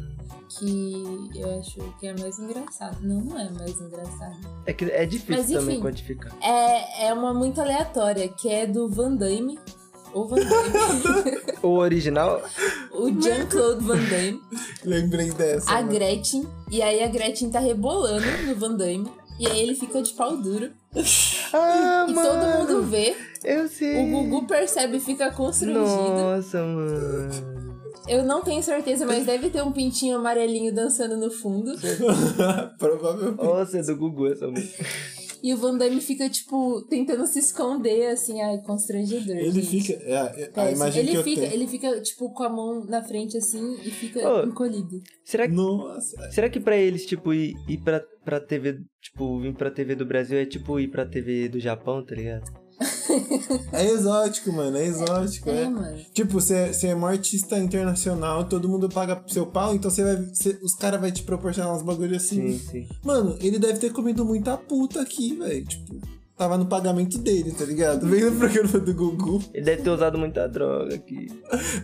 [SPEAKER 4] que eu acho que é mais engraçado. Não, não é mais engraçado.
[SPEAKER 3] é que é difícil
[SPEAKER 4] Mas,
[SPEAKER 3] também
[SPEAKER 4] enfim.
[SPEAKER 3] quantificar.
[SPEAKER 4] É, é uma muito aleatória, que é do Van Damme. Ou Van Damme.
[SPEAKER 3] O original...
[SPEAKER 4] o Jean-Claude Van Damme.
[SPEAKER 2] Lembrei dessa.
[SPEAKER 4] a
[SPEAKER 2] mano.
[SPEAKER 4] Gretchen. E aí a Gretchen tá rebolando no Van Damme. E aí ele fica de pau duro.
[SPEAKER 3] Ah,
[SPEAKER 4] e
[SPEAKER 3] mano!
[SPEAKER 4] todo mundo vê.
[SPEAKER 3] Eu sei!
[SPEAKER 4] O Gugu percebe e fica constrangido.
[SPEAKER 3] Nossa, mano.
[SPEAKER 4] Eu não tenho certeza, mas deve ter um pintinho amarelinho dançando no fundo.
[SPEAKER 2] Provavelmente.
[SPEAKER 3] Nossa, é do Gugu essa música.
[SPEAKER 4] E o Van Damme fica, tipo, tentando se esconder, assim, ai, constrangedor.
[SPEAKER 2] Ele
[SPEAKER 4] gente.
[SPEAKER 2] fica. É, a- a
[SPEAKER 4] Péssimo.
[SPEAKER 2] imagem
[SPEAKER 4] ele
[SPEAKER 2] que eu
[SPEAKER 4] fica,
[SPEAKER 2] tenho.
[SPEAKER 4] Ele fica, tipo, com a mão na frente, assim, e fica
[SPEAKER 3] Ô.
[SPEAKER 4] encolhido.
[SPEAKER 3] Será que,
[SPEAKER 2] Nossa.
[SPEAKER 3] será que pra eles, tipo, ir, ir pra, pra TV... Tipo, vir pra TV do Brasil é tipo ir pra TV do Japão, tá ligado?
[SPEAKER 2] É exótico, mano. É exótico.
[SPEAKER 4] É,
[SPEAKER 2] É,
[SPEAKER 4] mano.
[SPEAKER 2] Tipo, você você é um artista internacional, todo mundo paga seu pau, então você vai. você- os caras vão te proporcionar uns bagulho assim.
[SPEAKER 4] Hum.
[SPEAKER 3] Sim, sim.
[SPEAKER 2] Mano, ele deve ter comido muita puta aqui, velho. Tipo, tava no pagamento dele, tá ligado? Vem no programa do Gugu.
[SPEAKER 3] Ele deve ter usado muita droga aqui.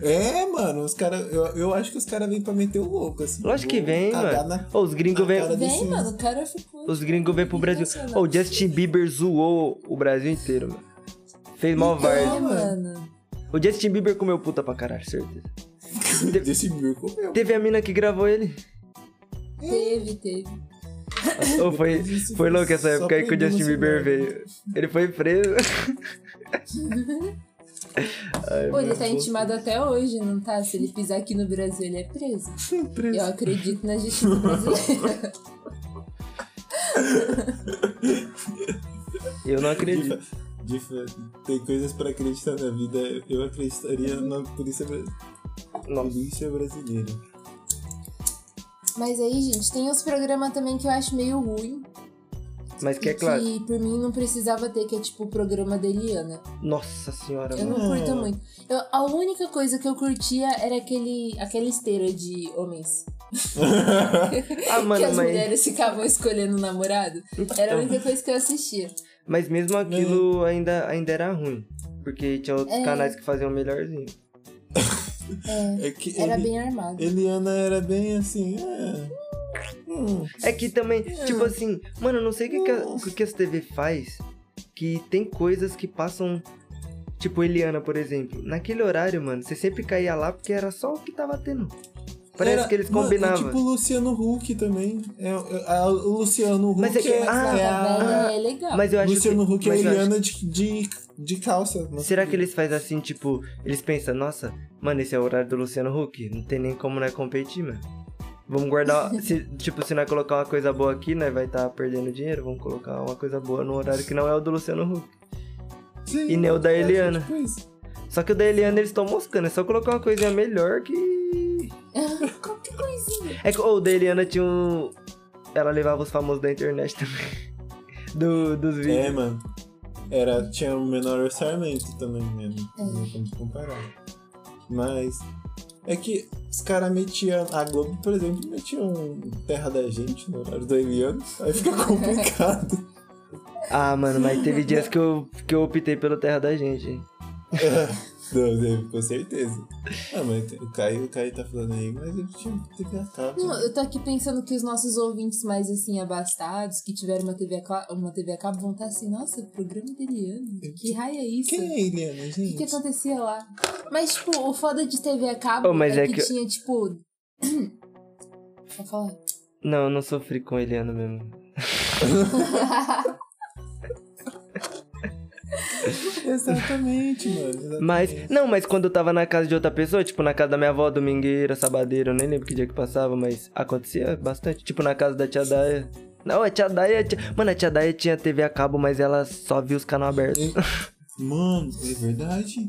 [SPEAKER 2] É, mano, os caras. Eu, eu acho que os caras vêm pra meter o louco, assim.
[SPEAKER 3] Lógico que
[SPEAKER 2] Vou
[SPEAKER 3] vem,
[SPEAKER 2] cagar
[SPEAKER 3] mano.
[SPEAKER 2] na-
[SPEAKER 3] Ô, os gringos
[SPEAKER 2] na
[SPEAKER 3] vêm.
[SPEAKER 2] cara
[SPEAKER 4] Vem,
[SPEAKER 2] desse-
[SPEAKER 4] mano, o cara ficou.
[SPEAKER 3] Os gringos vêm pro Brasil. Ô, o Justin Bieber zoou o Brasil inteiro, mano. Fez mal
[SPEAKER 4] É,
[SPEAKER 3] varde.
[SPEAKER 4] mano.
[SPEAKER 3] O Justin Bieber comeu puta pra caralho, certeza.
[SPEAKER 2] Desse bico, meu.
[SPEAKER 3] Teve a mina que gravou ele.
[SPEAKER 4] Teve, teve.
[SPEAKER 3] Ô, foi,
[SPEAKER 2] Isso
[SPEAKER 3] foi
[SPEAKER 2] foi
[SPEAKER 3] louco essa
[SPEAKER 2] só
[SPEAKER 3] época aí que o
[SPEAKER 2] proibindo
[SPEAKER 3] Justin
[SPEAKER 2] cigarro.
[SPEAKER 3] Bieber veio. Ele foi preso.
[SPEAKER 2] É,
[SPEAKER 3] Ai,
[SPEAKER 4] Pô, ele
[SPEAKER 3] meu
[SPEAKER 4] tá
[SPEAKER 3] Deus.
[SPEAKER 4] intimado até hoje, não tá? Se ele pisar aqui no Brasil, ele é preso. Eu acredito na justiça brasileira.
[SPEAKER 3] Eu não acredito.
[SPEAKER 2] De fato, tem coisas pra acreditar na vida. Eu acreditaria na polícia, Bra-
[SPEAKER 3] Nossa.
[SPEAKER 2] polícia brasileira.
[SPEAKER 4] Mas aí, gente, tem uns programas também que eu acho meio ruim.
[SPEAKER 3] Mas que
[SPEAKER 4] e
[SPEAKER 3] é claro.
[SPEAKER 4] Que por mim não precisava ter, que é tipo o programa da Eliana.
[SPEAKER 3] Nossa senhora,
[SPEAKER 4] Eu não
[SPEAKER 3] mano.
[SPEAKER 4] curto muito. Eu- a única coisa que eu curtia era aquele, aquela esteira de homens.
[SPEAKER 3] Ah,
[SPEAKER 4] que
[SPEAKER 3] mano,
[SPEAKER 4] as
[SPEAKER 3] mas, Então.
[SPEAKER 4] mulheres ficavam escolhendo o namorado. Era a única coisa que eu assistia.
[SPEAKER 3] mas mesmo
[SPEAKER 2] Né?
[SPEAKER 3] aquilo ainda, ainda era ruim. Porque tinha outros
[SPEAKER 4] É.
[SPEAKER 3] canais que faziam melhorzinho.
[SPEAKER 2] É que
[SPEAKER 4] Era
[SPEAKER 2] Eli-
[SPEAKER 4] bem armado.
[SPEAKER 2] Eliana era bem assim. É.
[SPEAKER 3] É que também, tipo assim, mano, eu não sei o que, que, a- o que as TV faz que tem coisas que passam. Tipo, Eliana, por exemplo. Naquele horário, mano, você sempre caía lá porque era só o que tava tendo. Parece
[SPEAKER 2] Era-
[SPEAKER 3] que eles
[SPEAKER 2] mano,
[SPEAKER 3] combinavam.
[SPEAKER 2] É tipo o Luciano Huck também. É, é- a- o Luciano Huck
[SPEAKER 3] Mas é que-
[SPEAKER 2] é, é
[SPEAKER 3] ah,
[SPEAKER 4] Essa
[SPEAKER 2] a,
[SPEAKER 4] velha é legal.
[SPEAKER 3] Mas eu acho
[SPEAKER 2] Luciano
[SPEAKER 3] que.
[SPEAKER 2] Huck é a
[SPEAKER 3] mas eu acho-
[SPEAKER 2] Eliana de, de, de calça. né?
[SPEAKER 3] Será que eles fazem assim, tipo, eles pensam, nossa, mano, esse é o horário do Luciano Huck, não tem nem como nós competir, mano. Vamos guardar, se, tipo, se nós colocar uma coisa boa aqui, nós vai estar perdendo dinheiro, vamos colocar uma coisa boa no horário que não é o do Luciano Huck.
[SPEAKER 2] Sim,
[SPEAKER 3] E nem o da
[SPEAKER 2] é,
[SPEAKER 3] Eliana.
[SPEAKER 2] tipo isso.
[SPEAKER 3] Só que o da Eliana eles estão moscando, é só colocar uma coisinha melhor que.
[SPEAKER 4] Qualquer coisinha.
[SPEAKER 3] É que ou o da Eliana tinha um. Ela levava os famosos da internet também. Do, dos vídeos.
[SPEAKER 2] É, mano. Era, tinha um menor orçamento também, né? Não tem como comparar. Mas. É que os caras metiam. A Globo, por exemplo, metia um Terra da Gente no horário do Eliano. Aí fica complicado.
[SPEAKER 3] Ah, mano, mas teve dias que eu, que eu optei pelo Terra da Gente.
[SPEAKER 2] Não, não, com certeza. Ah, mas o Caio, o Caio tá falando aí, mas eu tinha que ter gastado.
[SPEAKER 4] Não, eu tô aqui pensando que os nossos ouvintes mais assim abastados, que tiveram uma TV a, cla- uma TV a cabo, vão estar assim, nossa, programa deliano. Que raio é isso?
[SPEAKER 2] Quem é Eliana,
[SPEAKER 4] O que, que
[SPEAKER 2] gente?
[SPEAKER 4] acontecia lá? Mas, tipo, o foda de TV a cabo
[SPEAKER 3] Oh, mas
[SPEAKER 4] é,
[SPEAKER 3] é
[SPEAKER 4] que,
[SPEAKER 3] que-
[SPEAKER 4] tinha, tipo. Só falar.
[SPEAKER 3] Não, eu não sofri com Eliana mesmo.
[SPEAKER 2] Exatamente, mano. Exatamente.
[SPEAKER 3] Mas, não, mas quando eu tava na casa de outra pessoa, tipo na casa da minha avó, domingueira, sabadeira, eu nem lembro que dia que passava, mas acontecia bastante. Tipo na casa da tia Daia. Não, a tia Daia. tinha- Mano, a tia Daia tinha TV a cabo, mas ela só via os canal abertos.
[SPEAKER 2] Mano, é verdade.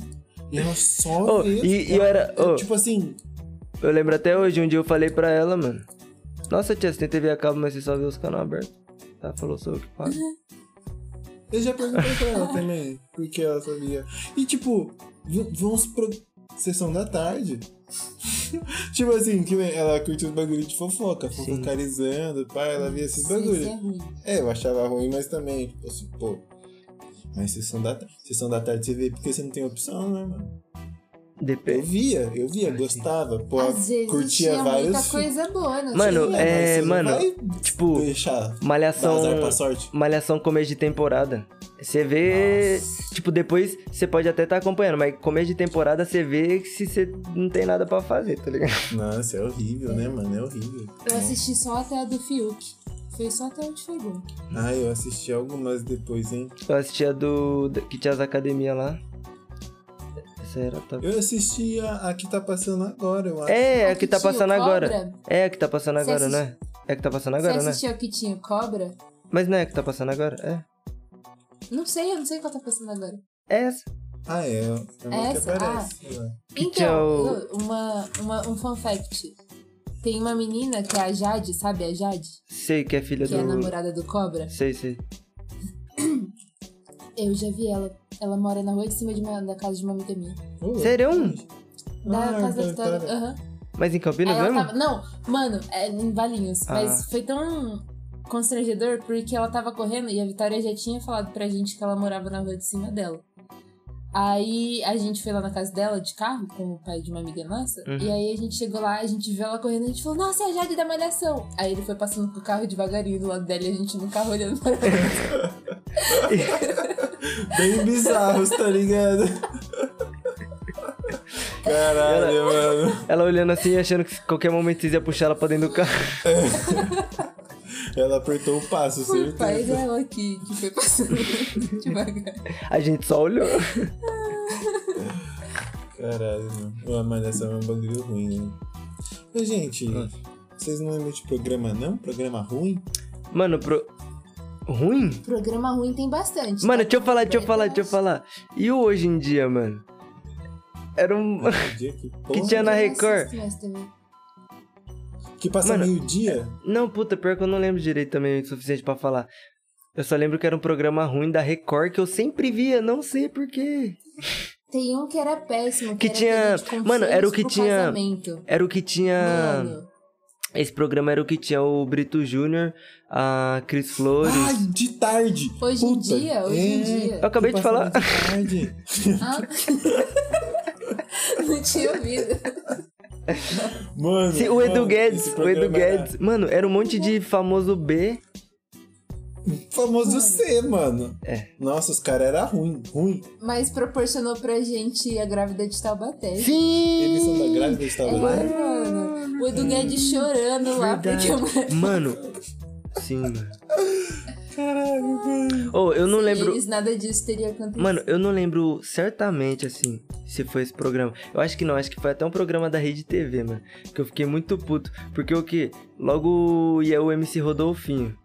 [SPEAKER 2] E ela só
[SPEAKER 3] Oh,
[SPEAKER 2] vê-
[SPEAKER 3] e- e
[SPEAKER 2] ela-
[SPEAKER 3] eu era-
[SPEAKER 2] é,
[SPEAKER 3] oh.
[SPEAKER 2] Tipo assim,
[SPEAKER 3] Eu lembro até hoje, um dia eu falei pra ela, mano. Nossa, tia, você tem TV a cabo, mas você só vê os canal abertos. Ela falou, sou eu que pago.
[SPEAKER 2] Uhum. eu já perguntei pra ela também, porque ela sabia. E tipo, v- vamos pro sessão da tarde. tipo assim, que nem ela curte os bagulhos de fofoca, fofocalizando, pá, ela via esses bagulhos.
[SPEAKER 4] Isso é ruim.
[SPEAKER 2] É, eu achava ruim, mas também, tipo assim, pô. Mas sessão da, tarde- sessão da tarde você vê porque você não tem opção, né, mano? Eu
[SPEAKER 3] Depende.
[SPEAKER 2] via, eu
[SPEAKER 3] Ah,
[SPEAKER 2] via, gostava, pô,
[SPEAKER 4] Às vezes
[SPEAKER 2] curtia
[SPEAKER 4] tinha
[SPEAKER 2] vários.
[SPEAKER 4] muita coisa boa, não
[SPEAKER 3] Mano,
[SPEAKER 4] tinha?
[SPEAKER 2] mas
[SPEAKER 3] É,
[SPEAKER 2] você não
[SPEAKER 3] mano,
[SPEAKER 2] vai
[SPEAKER 3] Tipo,
[SPEAKER 2] deixar
[SPEAKER 3] malhação.
[SPEAKER 2] dar azar Uhum. pra sorte.
[SPEAKER 3] Malhação começo de temporada. Você vê. Tipo, depois você pode até estar acompanhando, mas começo de temporada você vê se você não tem nada pra fazer, tá ligado?
[SPEAKER 2] Nossa, é horrível, né, mano? É horrível.
[SPEAKER 4] Eu assisti só até a do Fiuk. Foi só até onde chegou.
[SPEAKER 2] Ah, eu assisti algumas depois, hein?
[SPEAKER 3] Eu assistia do. da- que tinha as academias lá. Essa era top.
[SPEAKER 2] Eu assisti a, a que tá passando agora, eu acho.
[SPEAKER 3] É,
[SPEAKER 4] Ah,
[SPEAKER 3] a que
[SPEAKER 4] que
[SPEAKER 3] tá
[SPEAKER 4] tinha
[SPEAKER 3] passando agora.
[SPEAKER 4] cobra?
[SPEAKER 3] É a que tá passando
[SPEAKER 4] Você
[SPEAKER 3] agora,
[SPEAKER 4] assisti-
[SPEAKER 3] né? É a que tá passando
[SPEAKER 4] Você
[SPEAKER 3] agora, né?
[SPEAKER 4] assistiu que tinha cobra?
[SPEAKER 3] Mas não é a que tá passando agora? É.
[SPEAKER 4] Não sei, eu não sei qual tá passando agora.
[SPEAKER 3] É essa.
[SPEAKER 2] Ah, é. É uma que
[SPEAKER 4] Essa? Ah.
[SPEAKER 2] aparece. sei lá.
[SPEAKER 3] Que tinha
[SPEAKER 4] Então,
[SPEAKER 3] o-
[SPEAKER 4] eu- uma, uma, um fun fact. Tem uma menina que é a Jade, sabe a Jade?
[SPEAKER 3] Sei que é filha
[SPEAKER 4] Que é a
[SPEAKER 3] do.
[SPEAKER 4] namorada do Cobra.
[SPEAKER 3] sei, sei.
[SPEAKER 4] Eu já vi ela. Ela mora na rua de cima de uma- da casa de uma amiga minha.
[SPEAKER 2] Pô,
[SPEAKER 3] Sério?
[SPEAKER 4] Da
[SPEAKER 2] Ah,
[SPEAKER 4] casa
[SPEAKER 2] então,
[SPEAKER 4] da Vitória.
[SPEAKER 2] então.
[SPEAKER 4] Aham.
[SPEAKER 3] Mas em
[SPEAKER 4] Aí
[SPEAKER 3] Campinas
[SPEAKER 4] ela
[SPEAKER 3] tá, mesmo?
[SPEAKER 4] tava. Não, mano, é em Valinhos.
[SPEAKER 3] Ah.
[SPEAKER 4] Mas foi tão constrangedor porque ela tava correndo e a Vitória já tinha falado pra gente que ela morava na rua de cima dela. Aí a gente foi lá na casa dela de carro com o pai de uma amiga nossa.
[SPEAKER 3] Uhum.
[SPEAKER 4] E aí a gente chegou lá, a gente viu ela correndo, a gente falou, nossa, é a Jade da Malhação. Aí ele foi passando com o carro devagarinho do lado dela e a gente no carro olhando pra ela.
[SPEAKER 2] Bem bizarros, tá ligado? Caralho, mano.
[SPEAKER 3] Ela olhando assim, achando que qualquer momento vocês iam puxar ela pra dentro do carro.
[SPEAKER 2] Ela apertou o passo,
[SPEAKER 4] Foi o pai
[SPEAKER 2] certeza.
[SPEAKER 4] dela que, que foi passando devagar.
[SPEAKER 3] A gente só olhou.
[SPEAKER 2] Caralho, mano. A malhação é um bagulho ruim, né? Ô, gente,
[SPEAKER 3] Hum.
[SPEAKER 2] vocês não lembram de programa, não? Programa ruim?
[SPEAKER 3] Mano, pro. Ruim?
[SPEAKER 4] Programa ruim tem bastante.
[SPEAKER 3] Mano,
[SPEAKER 4] tá?
[SPEAKER 3] deixa eu falar, deixa eu falar, deixa eu falar. E o hoje em dia, mano? Era um.
[SPEAKER 2] Que dia que porra?
[SPEAKER 3] tinha na
[SPEAKER 4] Eu não
[SPEAKER 3] Record.
[SPEAKER 4] assisto mais TV.
[SPEAKER 2] Que passa
[SPEAKER 3] Mano,
[SPEAKER 2] meio-dia?
[SPEAKER 3] Não, puta, pior que eu não lembro direito também o suficiente pra falar. Eu só lembro que era um programa ruim da Record que eu sempre via, não sei porquê.
[SPEAKER 4] Tem um que era péssimo.
[SPEAKER 3] Que
[SPEAKER 4] era
[SPEAKER 3] tinha-
[SPEAKER 4] aquele de
[SPEAKER 3] Mano, era o
[SPEAKER 4] conselhos
[SPEAKER 3] que
[SPEAKER 4] pro
[SPEAKER 3] tinha- Ah.
[SPEAKER 4] Casamento.
[SPEAKER 3] Era o que tinha.
[SPEAKER 4] Mano,
[SPEAKER 3] Esse programa era o que tinha o Brito Júnior, a Cris Flores.
[SPEAKER 2] Ai, de tarde.
[SPEAKER 4] Hoje em
[SPEAKER 2] Puta, é.
[SPEAKER 4] dia, hoje em dia.
[SPEAKER 3] Eu acabei de
[SPEAKER 2] Passava
[SPEAKER 3] falar.
[SPEAKER 2] de tarde.
[SPEAKER 4] Ah. não tinha ouvido.
[SPEAKER 2] Mano,
[SPEAKER 3] Sim, o Edu
[SPEAKER 2] mano,
[SPEAKER 3] Guedes,
[SPEAKER 2] esse
[SPEAKER 3] o Edu
[SPEAKER 2] programa era
[SPEAKER 3] Guedes. Mano, era um monte de famoso B.
[SPEAKER 2] Famoso C, mano.
[SPEAKER 3] É.
[SPEAKER 2] Nossa, os caras eram ruim, ruim.
[SPEAKER 4] Mas proporcionou pra gente a grávida de Taubaté.
[SPEAKER 2] Eles são da grávida de
[SPEAKER 4] É,
[SPEAKER 2] Taubaté.
[SPEAKER 4] mano. O Edu
[SPEAKER 3] Hum,
[SPEAKER 4] Guedes chorando lá porque a mulher-
[SPEAKER 3] Mano. Sim, mano. Oh, eu não
[SPEAKER 4] Sem
[SPEAKER 3] lembro.
[SPEAKER 4] Eles, nada disso teria acontecido.
[SPEAKER 3] Mano, eu não lembro certamente, assim, se foi esse programa. Eu acho que não, acho que foi até um programa da Rede TV, mano. Que eu fiquei muito puto. Porque o que? Logo ia o MC Rodolfinho.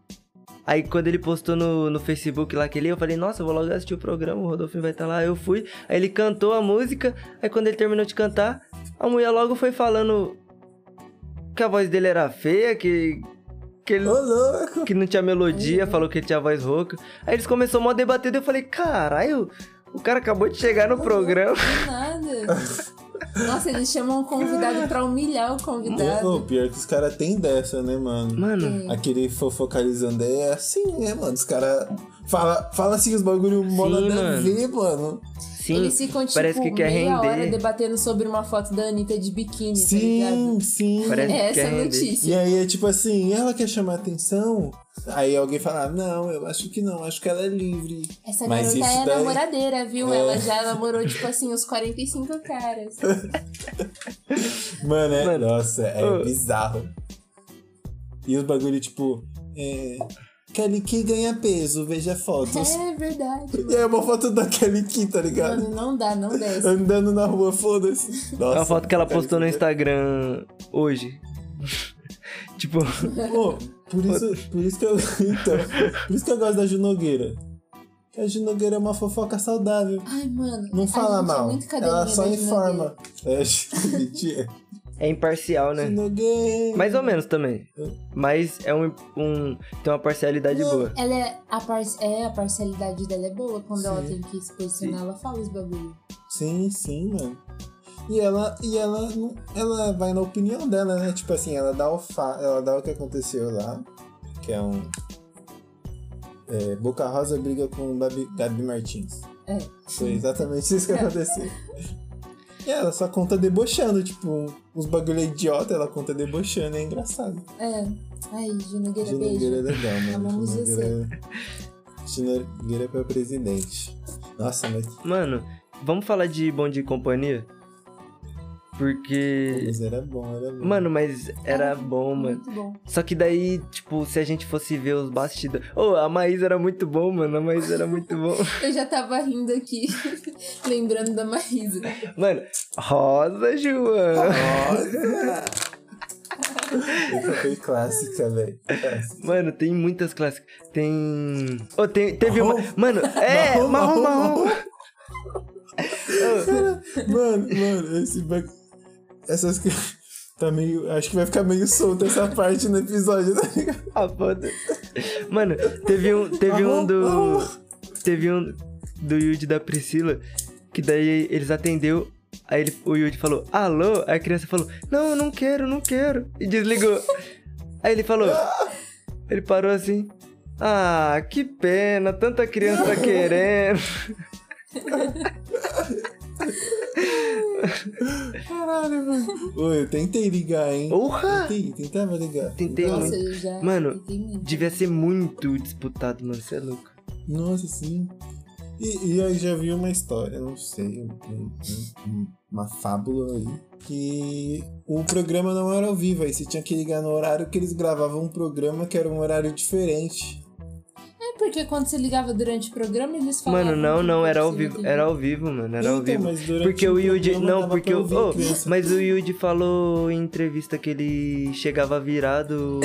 [SPEAKER 3] Aí quando ele postou no, no Facebook lá que ele ia, eu falei, nossa, eu vou logo assistir o programa, o Rodolfinho vai estar lá. Aí eu fui, aí ele cantou a música, aí quando ele terminou de cantar, a mulher logo foi falando que a voz dele era feia, que. que ele
[SPEAKER 2] Ô, louco.
[SPEAKER 3] que não tinha melodia, falou que ele tinha voz rouca. Aí eles começaram a mó debater, daí eu falei, caralho, o cara acabou de chegar no programa.
[SPEAKER 4] Do nada. Nossa, eles chamam o convidado pra humilhar o convidado.
[SPEAKER 2] Ô, pior que os caras têm dessa, né, mano?
[SPEAKER 3] Mano,
[SPEAKER 2] Aquele fofocalizando é assim, né, mano? Os caras Fala, fala assim os bagulho mó
[SPEAKER 3] Sim,
[SPEAKER 2] nada a
[SPEAKER 3] mano.
[SPEAKER 2] ver, mano.
[SPEAKER 3] Sim,
[SPEAKER 4] Eles ficam, tipo,
[SPEAKER 3] parece que quer
[SPEAKER 4] meia hora
[SPEAKER 3] render.
[SPEAKER 4] debatendo sobre uma foto da Anitta de biquíni, tá ligado?
[SPEAKER 2] Sim, sim.
[SPEAKER 3] Parece
[SPEAKER 4] É
[SPEAKER 3] que
[SPEAKER 4] essa
[SPEAKER 3] quer
[SPEAKER 4] a
[SPEAKER 3] render.
[SPEAKER 2] E
[SPEAKER 4] notícia.
[SPEAKER 2] aí é tipo assim, ela quer chamar atenção. Aí alguém fala, não, eu acho que não, acho que ela é livre.
[SPEAKER 4] Essa
[SPEAKER 2] Mas
[SPEAKER 4] garota
[SPEAKER 2] isso
[SPEAKER 4] é a
[SPEAKER 2] daí-
[SPEAKER 4] namoradeira, viu?
[SPEAKER 2] É.
[SPEAKER 4] Ela já namorou, tipo assim, uns 45 caras.
[SPEAKER 2] Mano, é,
[SPEAKER 3] Mano,
[SPEAKER 2] nossa, é
[SPEAKER 3] ô.
[SPEAKER 2] bizarro. E os bagulho, tipo, é, Kelly Key ganha peso, veja fotos.
[SPEAKER 4] É verdade.
[SPEAKER 2] E é uma foto da Kelly Key, tá ligado?
[SPEAKER 4] Mano, não dá, não desce.
[SPEAKER 2] Andando na rua, foda-se.
[SPEAKER 3] É
[SPEAKER 2] Nossa.
[SPEAKER 3] uma foto que ela
[SPEAKER 2] Kelly
[SPEAKER 3] postou no
[SPEAKER 2] Key.
[SPEAKER 3] Instagram hoje. tipo,
[SPEAKER 2] Pô, por isso, por isso que eu. Então, por isso que eu gosto da Junogueira. Que a Junogueira é uma fofoca saudável.
[SPEAKER 4] Ai, mano.
[SPEAKER 2] Não
[SPEAKER 4] a
[SPEAKER 2] fala
[SPEAKER 4] gente é
[SPEAKER 2] mal.
[SPEAKER 4] muito cadelinha né,
[SPEAKER 2] ela só
[SPEAKER 4] da
[SPEAKER 2] informa. É, mentira.
[SPEAKER 3] é imparcial, né?
[SPEAKER 2] Junogueira.
[SPEAKER 3] Mais ou menos também. Mas é um, um- tem uma parcialidade boa.
[SPEAKER 4] Ela é a, par... é, a parcialidade dela é boa. Quando ela
[SPEAKER 2] Sim.
[SPEAKER 4] tem que se posicionar, ela fala os bagulho.
[SPEAKER 2] Sim, sim, mano. E ela, e ela, não- ela vai na opinião dela, né? Tipo assim, ela dá o, fa ela dá o que aconteceu lá, que é um. é, Boca Rosa briga com Gabi, Gabi Martins.
[SPEAKER 4] É.
[SPEAKER 2] Foi exatamente isso que aconteceu. e ela só conta debochando, tipo, uns bagulho idiota, ela conta debochando, é engraçado.
[SPEAKER 4] É. Ai, Junogueira,
[SPEAKER 2] Ginogueira é
[SPEAKER 4] beijo.
[SPEAKER 2] legal, mano.
[SPEAKER 4] Amamos
[SPEAKER 2] Ginogueira Ginogueira é pra presidente. Nossa, mas
[SPEAKER 3] Mano, vamos falar de bonde de companhia? Porque.
[SPEAKER 2] mas era bom, era bom.
[SPEAKER 3] É. Mano, mas era
[SPEAKER 4] Era
[SPEAKER 3] bom, mano.
[SPEAKER 4] Muito bom.
[SPEAKER 3] Só que daí, tipo, se a gente fosse ver os bastidores. Ô, a Maís era muito bom, mano. A Maís era muito bom.
[SPEAKER 4] Eu já tava rindo aqui, lembrando da Marisa.
[SPEAKER 3] Mano, Rosa, João.
[SPEAKER 2] Essa foi clássica, velho. Clássica.
[SPEAKER 3] Mano, tem muitas clássicas. Tem. Ô, tem, teve uma.
[SPEAKER 2] Marrom?
[SPEAKER 3] Mano, é,
[SPEAKER 2] Marrom,
[SPEAKER 3] marrom,
[SPEAKER 2] marrom,
[SPEAKER 3] marrom.
[SPEAKER 2] Mano, mano, esse bag... Essas que. Tá meio. Acho que vai ficar meio solto essa parte no episódio, tá ligado?
[SPEAKER 3] Ah, foda. Mano, teve um, teve
[SPEAKER 2] Marrom,
[SPEAKER 3] um do.
[SPEAKER 2] marrom.
[SPEAKER 3] Teve um do Yuji da Priscila. Que daí eles atendeu. Aí ele- o Yuji falou, alô? Aí a criança falou, não, não quero, não quero. E desligou. aí ele falou. Ele parou assim. Ah, que pena, tanta criança tá querendo.
[SPEAKER 2] Caralho, mano. Ô, eu tentei ligar, hein?
[SPEAKER 3] Porra!
[SPEAKER 2] Tentei, tentava ligar.
[SPEAKER 3] Tentei
[SPEAKER 2] Nossa,
[SPEAKER 4] Nossa,
[SPEAKER 3] muito.
[SPEAKER 4] eu já.
[SPEAKER 3] Mano,
[SPEAKER 4] fiquei muito.
[SPEAKER 3] Devia ser muito disputado, mano. Você é louco.
[SPEAKER 2] Nossa, sim. E, e aí já vi uma história, não sei, um- um- um- uma fábula aí, que o programa não era ao vivo, aí você tinha que ligar no horário que eles gravavam um programa que era um horário diferente.
[SPEAKER 4] É porque quando você ligava durante o programa, eles falavam.
[SPEAKER 3] Mano, não,
[SPEAKER 4] que
[SPEAKER 3] não, era ao
[SPEAKER 4] você
[SPEAKER 3] vivo.
[SPEAKER 4] não
[SPEAKER 3] Era ao vivo, mano. Era ao
[SPEAKER 2] Então,
[SPEAKER 3] vivo.
[SPEAKER 2] mas durante
[SPEAKER 3] Porque o Yuji.
[SPEAKER 2] programa
[SPEAKER 3] Não,
[SPEAKER 2] dava
[SPEAKER 3] porque
[SPEAKER 2] pra
[SPEAKER 3] o.
[SPEAKER 2] ouvir,
[SPEAKER 3] oh,
[SPEAKER 2] criança.
[SPEAKER 3] mas o Yuji falou em entrevista que ele chegava virado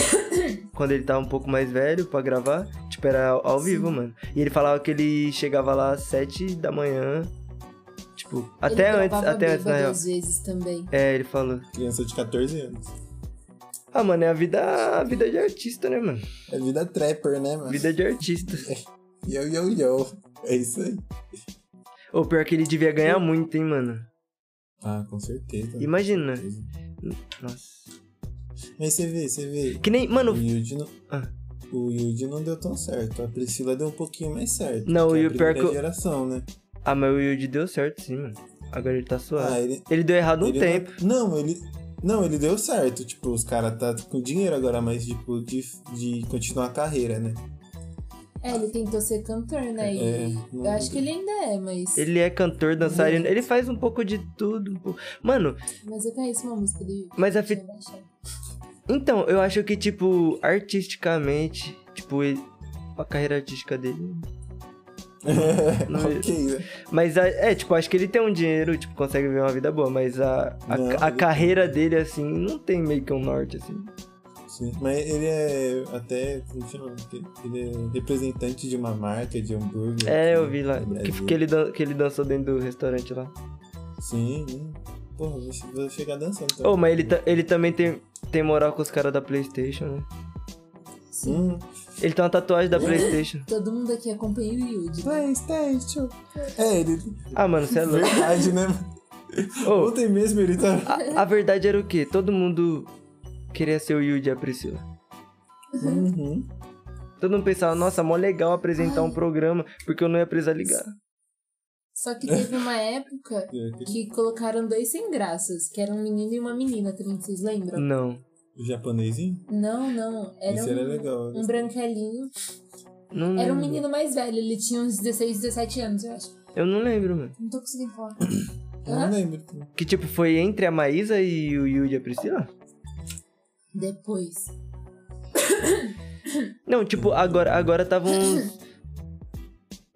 [SPEAKER 3] quando ele tava um pouco mais velho pra gravar. Tipo, era ao ao vivo, mano. E ele falava que ele chegava lá às 7 da manhã. Tipo,
[SPEAKER 4] Ele
[SPEAKER 3] até antes,
[SPEAKER 4] gravava
[SPEAKER 3] até antes, na
[SPEAKER 4] bêbado
[SPEAKER 3] real.
[SPEAKER 4] às vezes também.
[SPEAKER 3] É, ele falou.
[SPEAKER 2] Criança de 14 anos.
[SPEAKER 3] Ah, mano, é a vida, a vida de artista, né, mano?
[SPEAKER 2] É vida trapper, né, mano?
[SPEAKER 3] Vida de artista.
[SPEAKER 2] Yo, yo, yo. É isso aí.
[SPEAKER 3] Ou pior que ele devia ganhar muito, hein, mano.
[SPEAKER 2] Ah, com certeza.
[SPEAKER 3] Imagina.
[SPEAKER 2] Com certeza.
[SPEAKER 3] Nossa.
[SPEAKER 2] Mas você vê, você vê.
[SPEAKER 3] Que nem,
[SPEAKER 2] O
[SPEAKER 3] mano,
[SPEAKER 2] Yuji não...
[SPEAKER 3] Ah.
[SPEAKER 2] O Yuji não deu tão certo. A Priscila deu um pouquinho mais certo.
[SPEAKER 3] Não,
[SPEAKER 2] que é
[SPEAKER 3] e
[SPEAKER 2] a
[SPEAKER 3] o pior
[SPEAKER 2] primeira
[SPEAKER 3] que eu-
[SPEAKER 2] geração, né?
[SPEAKER 3] ah, mas o Yuji deu certo sim, mano. Agora ele tá suave.
[SPEAKER 2] Ah, ele...
[SPEAKER 3] Ele deu errado um
[SPEAKER 2] ele
[SPEAKER 3] tempo.
[SPEAKER 2] Não... não, ele... Não, ele deu certo. Tipo, os caras tá com dinheiro agora, mas tipo, de, de continuar a carreira, né?
[SPEAKER 4] É, ele tentou ser cantor, né? E
[SPEAKER 2] É, não-
[SPEAKER 4] eu acho que ele ainda é, mas.
[SPEAKER 3] Ele é cantor, dançarino, ele faz um pouco de tudo. um pouco- Mano,
[SPEAKER 4] Mas eu conheço uma música dele.
[SPEAKER 3] mas a fita. Então, eu acho que, tipo, artisticamente, tipo, ele- a carreira artística dele. Não-
[SPEAKER 2] ok, né?
[SPEAKER 3] Mas a- é, tipo, acho que ele tem um dinheiro, tipo, consegue viver uma vida boa, mas a, a,
[SPEAKER 2] Não,
[SPEAKER 3] a
[SPEAKER 2] ele-
[SPEAKER 3] carreira dele, assim, não tem meio que um norte, assim.
[SPEAKER 2] Sim, mas ele é até, como chama? Ele é representante de uma marca de hambúrguer.
[SPEAKER 3] É,
[SPEAKER 2] aqui
[SPEAKER 3] eu vi lá.
[SPEAKER 2] no
[SPEAKER 3] Que,
[SPEAKER 2] Brasil.
[SPEAKER 3] que ele, dan- que ele dançou dentro do restaurante lá.
[SPEAKER 2] Sim, sim. Porra, vou, che- vou chegar dançando.
[SPEAKER 3] Ô, mas ele, tá- ta- ele também tem, tem moral com os caras da Playstation, né?
[SPEAKER 4] Sim.
[SPEAKER 2] Hum,
[SPEAKER 3] Ele tem uma tatuagem da Playstation.
[SPEAKER 4] Todo mundo aqui acompanha o Yuji. né?
[SPEAKER 2] Playstation. É, ele...
[SPEAKER 3] Ah, mano, você é louco.
[SPEAKER 2] Verdade, né?
[SPEAKER 3] Ô,
[SPEAKER 2] Ontem mesmo ele tá...
[SPEAKER 3] A, a verdade era o quê? Todo mundo queria ser o Yuji e a Priscila.
[SPEAKER 2] Uhum.
[SPEAKER 3] Todo mundo pensava, nossa, mó legal apresentar um programa, porque eu não ia precisar ligar.
[SPEAKER 4] Só que teve uma época
[SPEAKER 2] É,
[SPEAKER 4] que colocaram dois sem graças, que era um menino e uma menina também, vocês lembram?
[SPEAKER 3] Não,
[SPEAKER 2] O japonesinho?
[SPEAKER 4] Não, não. Era
[SPEAKER 2] Esse
[SPEAKER 4] um,
[SPEAKER 2] era legal, né? eu
[SPEAKER 4] um
[SPEAKER 2] gostei.
[SPEAKER 4] branquelinho.
[SPEAKER 3] não lembro.
[SPEAKER 4] Era um menino mais velho, ele tinha uns 16, 17 anos, eu acho.
[SPEAKER 3] Eu não lembro, mano.
[SPEAKER 4] Não tô conseguindo falar.
[SPEAKER 2] Eu
[SPEAKER 4] Hã?
[SPEAKER 2] não lembro.
[SPEAKER 3] Que tipo, foi entre a Maísa e o Yudi e a Priscila?
[SPEAKER 4] Depois.
[SPEAKER 3] Não, tipo, agora agora tava uns.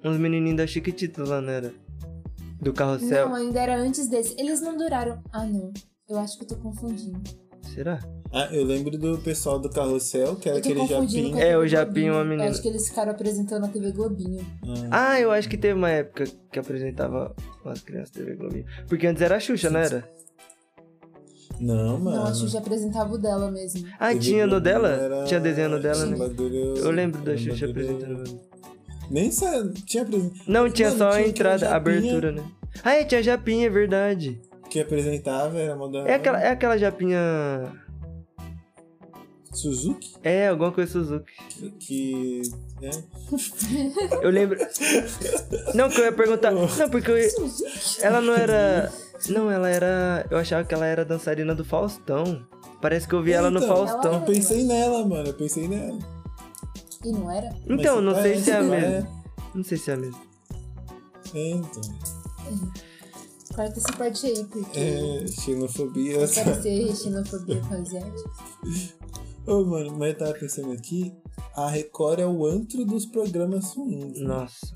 [SPEAKER 3] uns menininhos da Chiquititas lá, não era? Do carrossel.
[SPEAKER 4] Não, é- ainda era antes desse. Eles não duraram. Ah, não. Eu acho que eu tô confundindo.
[SPEAKER 3] Será?
[SPEAKER 2] Ah, eu lembro do pessoal do carrossel, que era
[SPEAKER 4] Eu tô
[SPEAKER 2] aquele
[SPEAKER 4] confundindo
[SPEAKER 2] japim.
[SPEAKER 4] com a
[SPEAKER 3] É,
[SPEAKER 4] TV
[SPEAKER 3] o Japinho e uma
[SPEAKER 4] Globinho.
[SPEAKER 3] menina.
[SPEAKER 4] Eu acho que eles ficaram apresentando a TV Globinho.
[SPEAKER 3] Ah, eu acho que teve uma época que apresentava as crianças TV Globinho. Porque antes era a Xuxa, não era?
[SPEAKER 2] Não, mano.
[SPEAKER 4] Não, acho que já apresentava o dela mesmo.
[SPEAKER 3] Ah,
[SPEAKER 2] TV
[SPEAKER 3] tinha no
[SPEAKER 2] Globinho
[SPEAKER 3] dela?
[SPEAKER 2] era-
[SPEAKER 3] Tinha desenho no dela,
[SPEAKER 2] um
[SPEAKER 3] né?
[SPEAKER 2] bagulho-
[SPEAKER 3] Eu lembro da
[SPEAKER 2] era um
[SPEAKER 3] Xuxa
[SPEAKER 2] bagulho-
[SPEAKER 3] apresentando.
[SPEAKER 2] Nem sa- tinha apresentado.
[SPEAKER 3] Não, tinha
[SPEAKER 2] Mano, tinha
[SPEAKER 3] só a
[SPEAKER 2] aquela
[SPEAKER 3] entrada, a
[SPEAKER 2] japinha.
[SPEAKER 3] abertura, né? Ah, é, tinha a Japinha, é verdade.
[SPEAKER 2] Que apresentava era uma da
[SPEAKER 3] É aquela, é aquela Japinha.
[SPEAKER 2] Suzuki,
[SPEAKER 3] É, alguma coisa Suzuki.
[SPEAKER 2] que- que. né?
[SPEAKER 3] Eu lembro. Não, que eu ia perguntar. Não, porque eu. Ela não era. Não, ela era. Eu achava que ela era dançarina do Faustão. Parece que eu vi ela no
[SPEAKER 2] Então,
[SPEAKER 3] Faustão.
[SPEAKER 2] Eu pensei nela, mano. Eu pensei nela.
[SPEAKER 4] E não era?
[SPEAKER 2] Mas
[SPEAKER 3] Então, não sei
[SPEAKER 2] parece,
[SPEAKER 3] se é a
[SPEAKER 2] não
[SPEAKER 3] mesma. Não sei se é a mesma.
[SPEAKER 2] É, então.
[SPEAKER 4] Corta essa parte aí, porque
[SPEAKER 2] É, xenofobia.
[SPEAKER 4] pode ser xenofobia com asiático.
[SPEAKER 2] Ô, mano, mas eu tava pensando aqui. A Record é o antro dos programas ruins. né?
[SPEAKER 3] Nossa.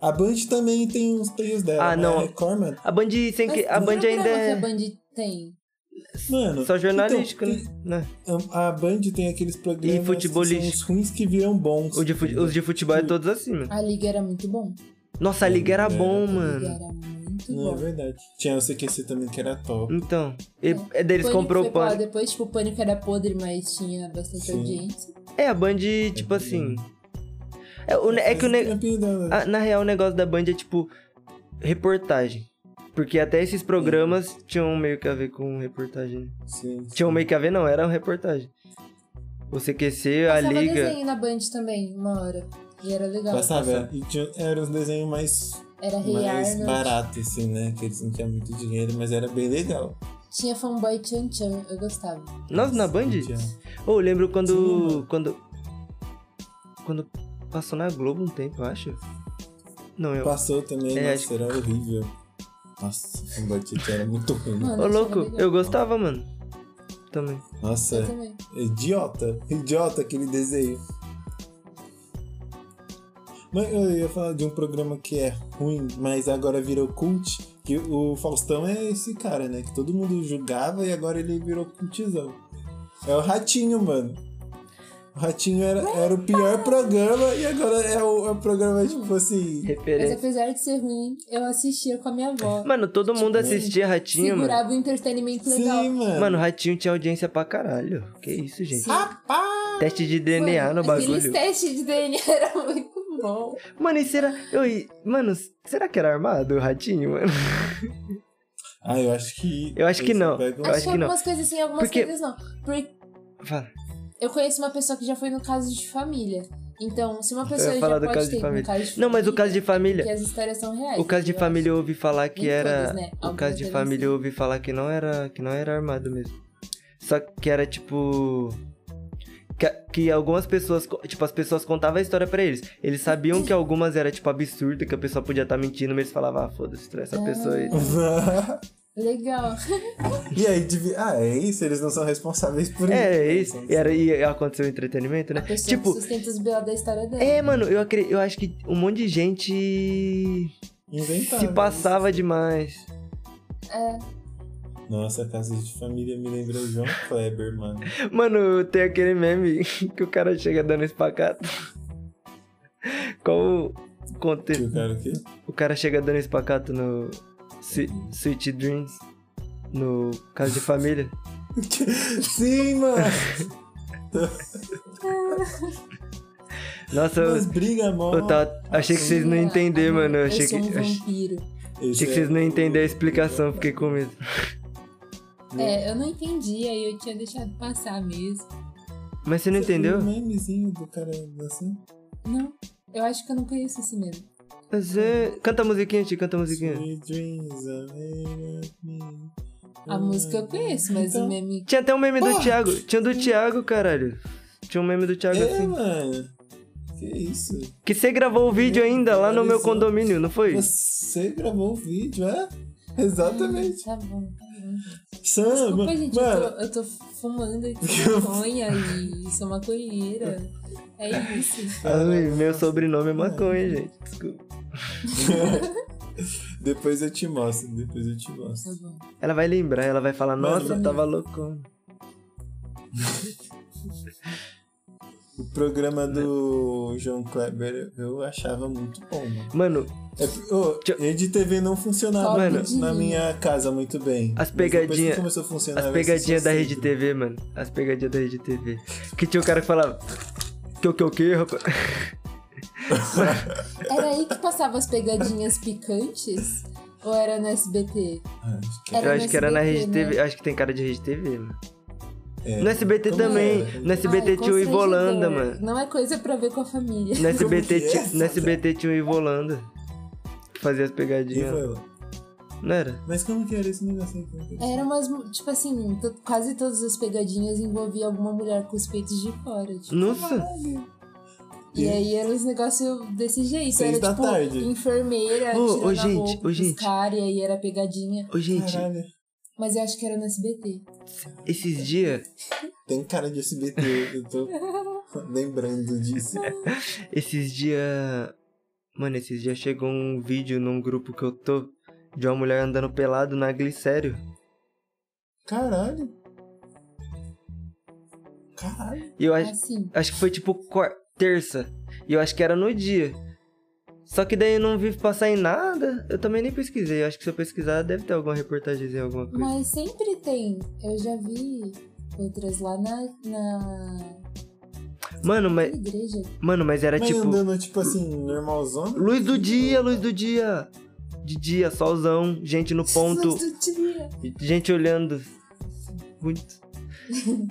[SPEAKER 2] A Band também tem uns teios dela.
[SPEAKER 3] Ah,
[SPEAKER 2] mas
[SPEAKER 3] não.
[SPEAKER 2] A Record, mano.
[SPEAKER 3] A Band sem
[SPEAKER 4] Mas
[SPEAKER 3] É que. A Band
[SPEAKER 4] que programa
[SPEAKER 3] ainda
[SPEAKER 4] que a
[SPEAKER 3] é.
[SPEAKER 4] Band tem?
[SPEAKER 2] Mano.
[SPEAKER 3] Só jornalístico,
[SPEAKER 2] então,
[SPEAKER 3] né? Né?
[SPEAKER 2] A a Band tem aqueles programas.
[SPEAKER 3] E futebolístico.
[SPEAKER 2] que são Os ruins que viram bons.
[SPEAKER 3] O de fute- Os de futebol é todos assim, mano.
[SPEAKER 4] A Liga era muito bom.
[SPEAKER 3] Nossa, a liga
[SPEAKER 2] É,
[SPEAKER 3] era bom,
[SPEAKER 4] A Liga
[SPEAKER 3] mano.
[SPEAKER 4] era muito
[SPEAKER 2] Não, é
[SPEAKER 4] bom.
[SPEAKER 2] verdade. Tinha o CQC também que era top.
[SPEAKER 3] Então. E, é deles
[SPEAKER 4] Pânico
[SPEAKER 3] comprou
[SPEAKER 4] foi
[SPEAKER 3] o
[SPEAKER 4] pra lá
[SPEAKER 3] pano.
[SPEAKER 4] Depois, tipo, o Pânico era podre, mas tinha bastante
[SPEAKER 2] Sim.
[SPEAKER 4] audiência.
[SPEAKER 3] É, a Band, tipo assim. É, o ne- é que o, ne-
[SPEAKER 2] negócio.
[SPEAKER 3] Ah, na real, o negócio da Band é tipo reportagem. Porque até esses programas tinham meio que a ver com reportagem.
[SPEAKER 2] Sim.
[SPEAKER 3] Tinham meio que a ver, não, era uma reportagem. O CQC, a
[SPEAKER 4] Passava
[SPEAKER 3] Liga.
[SPEAKER 4] desenho na Band também, uma hora. E era
[SPEAKER 3] um-
[SPEAKER 4] legal.
[SPEAKER 2] Passava. E tinha, era os desenhos mais,
[SPEAKER 4] Era Rei
[SPEAKER 2] mais
[SPEAKER 4] Arnold.
[SPEAKER 2] baratos, assim, né? Que eles não tinham muito dinheiro, mas era bem legal.
[SPEAKER 4] Tinha fanboy Chan Chan, eu gostava.
[SPEAKER 3] Nossa, na Band?
[SPEAKER 2] Tinha.
[SPEAKER 3] Ou eu lembro
[SPEAKER 2] Sim,
[SPEAKER 3] quando.
[SPEAKER 2] mano.
[SPEAKER 3] quando. Quando passou na Globo um tempo, eu acho. Não, eu.
[SPEAKER 2] Passou também,
[SPEAKER 3] É,
[SPEAKER 2] nossa,
[SPEAKER 3] acho que-
[SPEAKER 2] era horrível. Nossa, o Fumbá Titi era muito ruim.
[SPEAKER 4] Mano,
[SPEAKER 3] Ô,
[SPEAKER 4] isso era
[SPEAKER 3] louco,
[SPEAKER 4] legal.
[SPEAKER 3] eu gostava, mano. Também. É.
[SPEAKER 2] Nossa,
[SPEAKER 4] Eu também.
[SPEAKER 2] idiota. Idiota aquele desenho. Mas eu ia falar de um programa que é ruim, mas agora virou cult. Que o Faustão é esse cara, né? Que todo mundo julgava e agora ele virou cultizão. É o Ratinho, mano. O Ratinho era, era o pior programa e agora é o, é o programa, tipo assim.
[SPEAKER 4] Mas é
[SPEAKER 3] Referência.
[SPEAKER 4] apesar de ser ruim, eu assistia com a minha avó.
[SPEAKER 3] Mano, todo mundo assistia Ratinho, mano.
[SPEAKER 4] Tipo, Segurava o entretenimento legal.
[SPEAKER 2] Sim, mano.
[SPEAKER 3] Mano, Ratinho tinha audiência pra caralho. Que isso, gente. Teste de
[SPEAKER 4] Mano,
[SPEAKER 3] DNA no
[SPEAKER 4] Aqueles
[SPEAKER 3] bagulho.
[SPEAKER 4] testes de DNA eram muito bom.
[SPEAKER 3] Mano, e será. Eu, e- mano, será que era armado o ratinho, mano?
[SPEAKER 2] Ah, eu acho que.
[SPEAKER 3] Eu acho que não.
[SPEAKER 2] Pega um-
[SPEAKER 3] Eu acho que não.
[SPEAKER 4] algumas coisas sim, algumas
[SPEAKER 3] Porque-
[SPEAKER 4] coisas não. Porque
[SPEAKER 3] Fala.
[SPEAKER 4] eu conheço uma pessoa que já foi no caso de família. Então, se uma
[SPEAKER 3] Eu
[SPEAKER 4] pessoa
[SPEAKER 3] ia
[SPEAKER 4] já
[SPEAKER 3] falar
[SPEAKER 4] pode
[SPEAKER 3] do caso
[SPEAKER 4] ter
[SPEAKER 3] de
[SPEAKER 4] ido
[SPEAKER 3] família.
[SPEAKER 4] no caso de
[SPEAKER 3] Não, mas o caso de
[SPEAKER 4] Porque
[SPEAKER 3] família.
[SPEAKER 4] as histórias são reais.
[SPEAKER 3] O caso de
[SPEAKER 4] eu
[SPEAKER 3] família eu ouvi falar que
[SPEAKER 4] Nem
[SPEAKER 3] era.
[SPEAKER 4] todas, né?
[SPEAKER 3] O
[SPEAKER 4] Algumas
[SPEAKER 3] caso de
[SPEAKER 4] delas
[SPEAKER 3] família
[SPEAKER 4] sim.
[SPEAKER 3] eu ouvi falar que não era. Que não era armado mesmo. Só que era tipo. Que, que algumas pessoas, co- tipo, as pessoas contavam a história pra eles. Eles sabiam que algumas era, tipo, absurda, que a pessoa podia estar mentindo, mas eles falavam, ah, foda-se, essa pessoa aí.
[SPEAKER 4] Ah. Legal.
[SPEAKER 2] E aí, devia... ah, é isso? Eles não são responsáveis por
[SPEAKER 3] É, é
[SPEAKER 2] isso. né?
[SPEAKER 3] isso. E, era, e aconteceu o entretenimento, né?
[SPEAKER 4] A pessoa
[SPEAKER 3] Tipo,
[SPEAKER 4] que sustenta os B.O. da história dela.
[SPEAKER 3] É, mano, eu, acre- eu acho que um monte de gente
[SPEAKER 2] Inventaram.
[SPEAKER 4] né?
[SPEAKER 3] se passava demais.
[SPEAKER 2] Nossa, casa de família me lembra o João Kleber, mano.
[SPEAKER 3] Mano, tem aquele meme que o cara chega dando espacate. Qual o
[SPEAKER 2] Que
[SPEAKER 3] contexto?
[SPEAKER 2] o cara que.
[SPEAKER 3] O cara chega dando espacato no Swe- Sweet Dreams, no Casa de Família.
[SPEAKER 2] Sim, mano!
[SPEAKER 3] Nossa, eu,
[SPEAKER 2] Mas briga, mano.
[SPEAKER 3] eu tava- achei que vocês não
[SPEAKER 4] Ah,
[SPEAKER 3] entenderam,
[SPEAKER 4] ah,
[SPEAKER 3] mano. Eu
[SPEAKER 4] Eu
[SPEAKER 3] achei que,
[SPEAKER 4] sou um
[SPEAKER 3] eu achei
[SPEAKER 4] vampiro.
[SPEAKER 3] que
[SPEAKER 2] é
[SPEAKER 3] vocês não entenderam a explicação, fiquei com medo.
[SPEAKER 2] Né?
[SPEAKER 4] É, eu não entendi, aí eu tinha deixado passar mesmo.
[SPEAKER 3] Mas você não entendeu?
[SPEAKER 2] O memezinho do cara assim? dançando.
[SPEAKER 4] Não, eu acho que eu não conheço esse meme.
[SPEAKER 3] Mas é... Canta a musiquinha, tio, canta a musiquinha.
[SPEAKER 2] Sweet dreams are made of me.
[SPEAKER 4] A música eu conheço, mas
[SPEAKER 2] Ah, Então-
[SPEAKER 4] o meme.
[SPEAKER 3] Tinha até um meme do
[SPEAKER 2] Porra!
[SPEAKER 3] Thiago. Tinha do Thiago, caralho. Tinha um meme do Thiago
[SPEAKER 2] É,
[SPEAKER 3] assim.
[SPEAKER 2] mano. Que isso?
[SPEAKER 3] Que você gravou o vídeo ainda lá no meu
[SPEAKER 2] Viralizou.
[SPEAKER 3] condomínio, não foi?
[SPEAKER 2] Você gravou o vídeo, é? Exatamente. Ah,
[SPEAKER 4] Tá bom, tá bom.
[SPEAKER 2] Sam,
[SPEAKER 4] Desculpa,
[SPEAKER 2] mano.
[SPEAKER 4] gente, eu tô, eu tô fumando aqui maconha e sou maconheira. É isso.
[SPEAKER 3] Ai, meu sobrenome é maconha, gente. Desculpa.
[SPEAKER 2] Depois eu te mostro, depois eu te
[SPEAKER 4] Tá
[SPEAKER 2] mostro.
[SPEAKER 4] bom.
[SPEAKER 3] Ela vai lembrar, ela vai falar,
[SPEAKER 2] Mano,
[SPEAKER 3] nossa,
[SPEAKER 2] mano.
[SPEAKER 3] tava loucão.
[SPEAKER 2] O programa
[SPEAKER 3] Né?
[SPEAKER 2] do João Kleber eu achava muito bom, mano.
[SPEAKER 3] Mano,
[SPEAKER 2] É, por- ô,
[SPEAKER 3] Tio-
[SPEAKER 2] rede TV não funcionava
[SPEAKER 4] Mano.
[SPEAKER 2] na minha casa muito bem.
[SPEAKER 3] As
[SPEAKER 2] Mas depois
[SPEAKER 3] pegadinha-
[SPEAKER 2] que começou a funcionar,
[SPEAKER 3] as
[SPEAKER 2] eu assim,
[SPEAKER 3] pegadinhas da
[SPEAKER 2] assistia
[SPEAKER 3] Rede
[SPEAKER 2] sempre.
[SPEAKER 3] TV, mano. As pegadinhas da Rede TV. Que tinha o cara que falava. Que o que o que, rapaz?
[SPEAKER 4] Era aí que passava as pegadinhas picantes? Ou era no SBT?
[SPEAKER 2] Ah, acho que-
[SPEAKER 4] Era
[SPEAKER 3] Eu
[SPEAKER 4] no
[SPEAKER 3] acho que era na
[SPEAKER 4] SBT,
[SPEAKER 3] Rede
[SPEAKER 4] né?
[SPEAKER 3] TV. Acho que tem cara de Rede TV, mano.
[SPEAKER 2] é.
[SPEAKER 3] No SBT
[SPEAKER 2] Como é?
[SPEAKER 3] também.
[SPEAKER 2] era?
[SPEAKER 3] No SBT
[SPEAKER 4] Ai,
[SPEAKER 3] tinha o Ivolanda,
[SPEAKER 4] constrangedor.
[SPEAKER 3] mano.
[SPEAKER 4] Não é coisa pra ver com a família.
[SPEAKER 3] No SBT,
[SPEAKER 2] que é?
[SPEAKER 3] tinha, no SBT tinha o Ivolanda. que Fazia as
[SPEAKER 2] E
[SPEAKER 3] pegadinhas.
[SPEAKER 2] foi lá.
[SPEAKER 3] Não era?
[SPEAKER 2] Mas como que era esse negócio aí? Como que era?
[SPEAKER 4] Era umas, mu- tipo assim, to- quase todas as pegadinhas envolviam alguma mulher com os peitos de fora. Tipo,
[SPEAKER 3] Nossa!
[SPEAKER 4] E aí era uns negócios desse jeito.
[SPEAKER 2] Seis
[SPEAKER 4] era
[SPEAKER 2] da
[SPEAKER 4] tipo
[SPEAKER 2] tarde.
[SPEAKER 4] enfermeira,
[SPEAKER 3] Ô,
[SPEAKER 4] tirando
[SPEAKER 3] ô,
[SPEAKER 4] a
[SPEAKER 3] gente,
[SPEAKER 4] roupa
[SPEAKER 3] ô,
[SPEAKER 4] dos
[SPEAKER 3] gente.
[SPEAKER 4] cara, e aí era pegadinha.
[SPEAKER 3] Ô, gente,
[SPEAKER 2] Caralho.
[SPEAKER 4] Mas eu acho que era no SBT.
[SPEAKER 3] esses dias.
[SPEAKER 2] Tem cara de SBT, eu tô lembrando disso.
[SPEAKER 3] Esses dias. Mano, esses dias chegou um vídeo num grupo que eu tô. De uma mulher andando pelado na glicério.
[SPEAKER 2] Caralho. Caralho.
[SPEAKER 3] E eu acho.
[SPEAKER 4] Assim.
[SPEAKER 3] Acho que foi tipo quar- terça. E eu acho que era no dia. Só que daí eu não vi passar em nada. Eu também nem pesquisei. Eu acho que se eu pesquisar, deve ter alguma reportagem, alguma coisa.
[SPEAKER 4] Mas sempre tem. Eu já vi outras lá na, na
[SPEAKER 3] Mano, mas,
[SPEAKER 4] igreja.
[SPEAKER 3] mano, mas era
[SPEAKER 2] Mas
[SPEAKER 3] tipo.
[SPEAKER 2] andando, tipo assim, normalzona?
[SPEAKER 3] Luz do dia, luz do dia. De dia, solzão, gente no ponto,
[SPEAKER 4] Do dia.
[SPEAKER 3] gente olhando. Muito.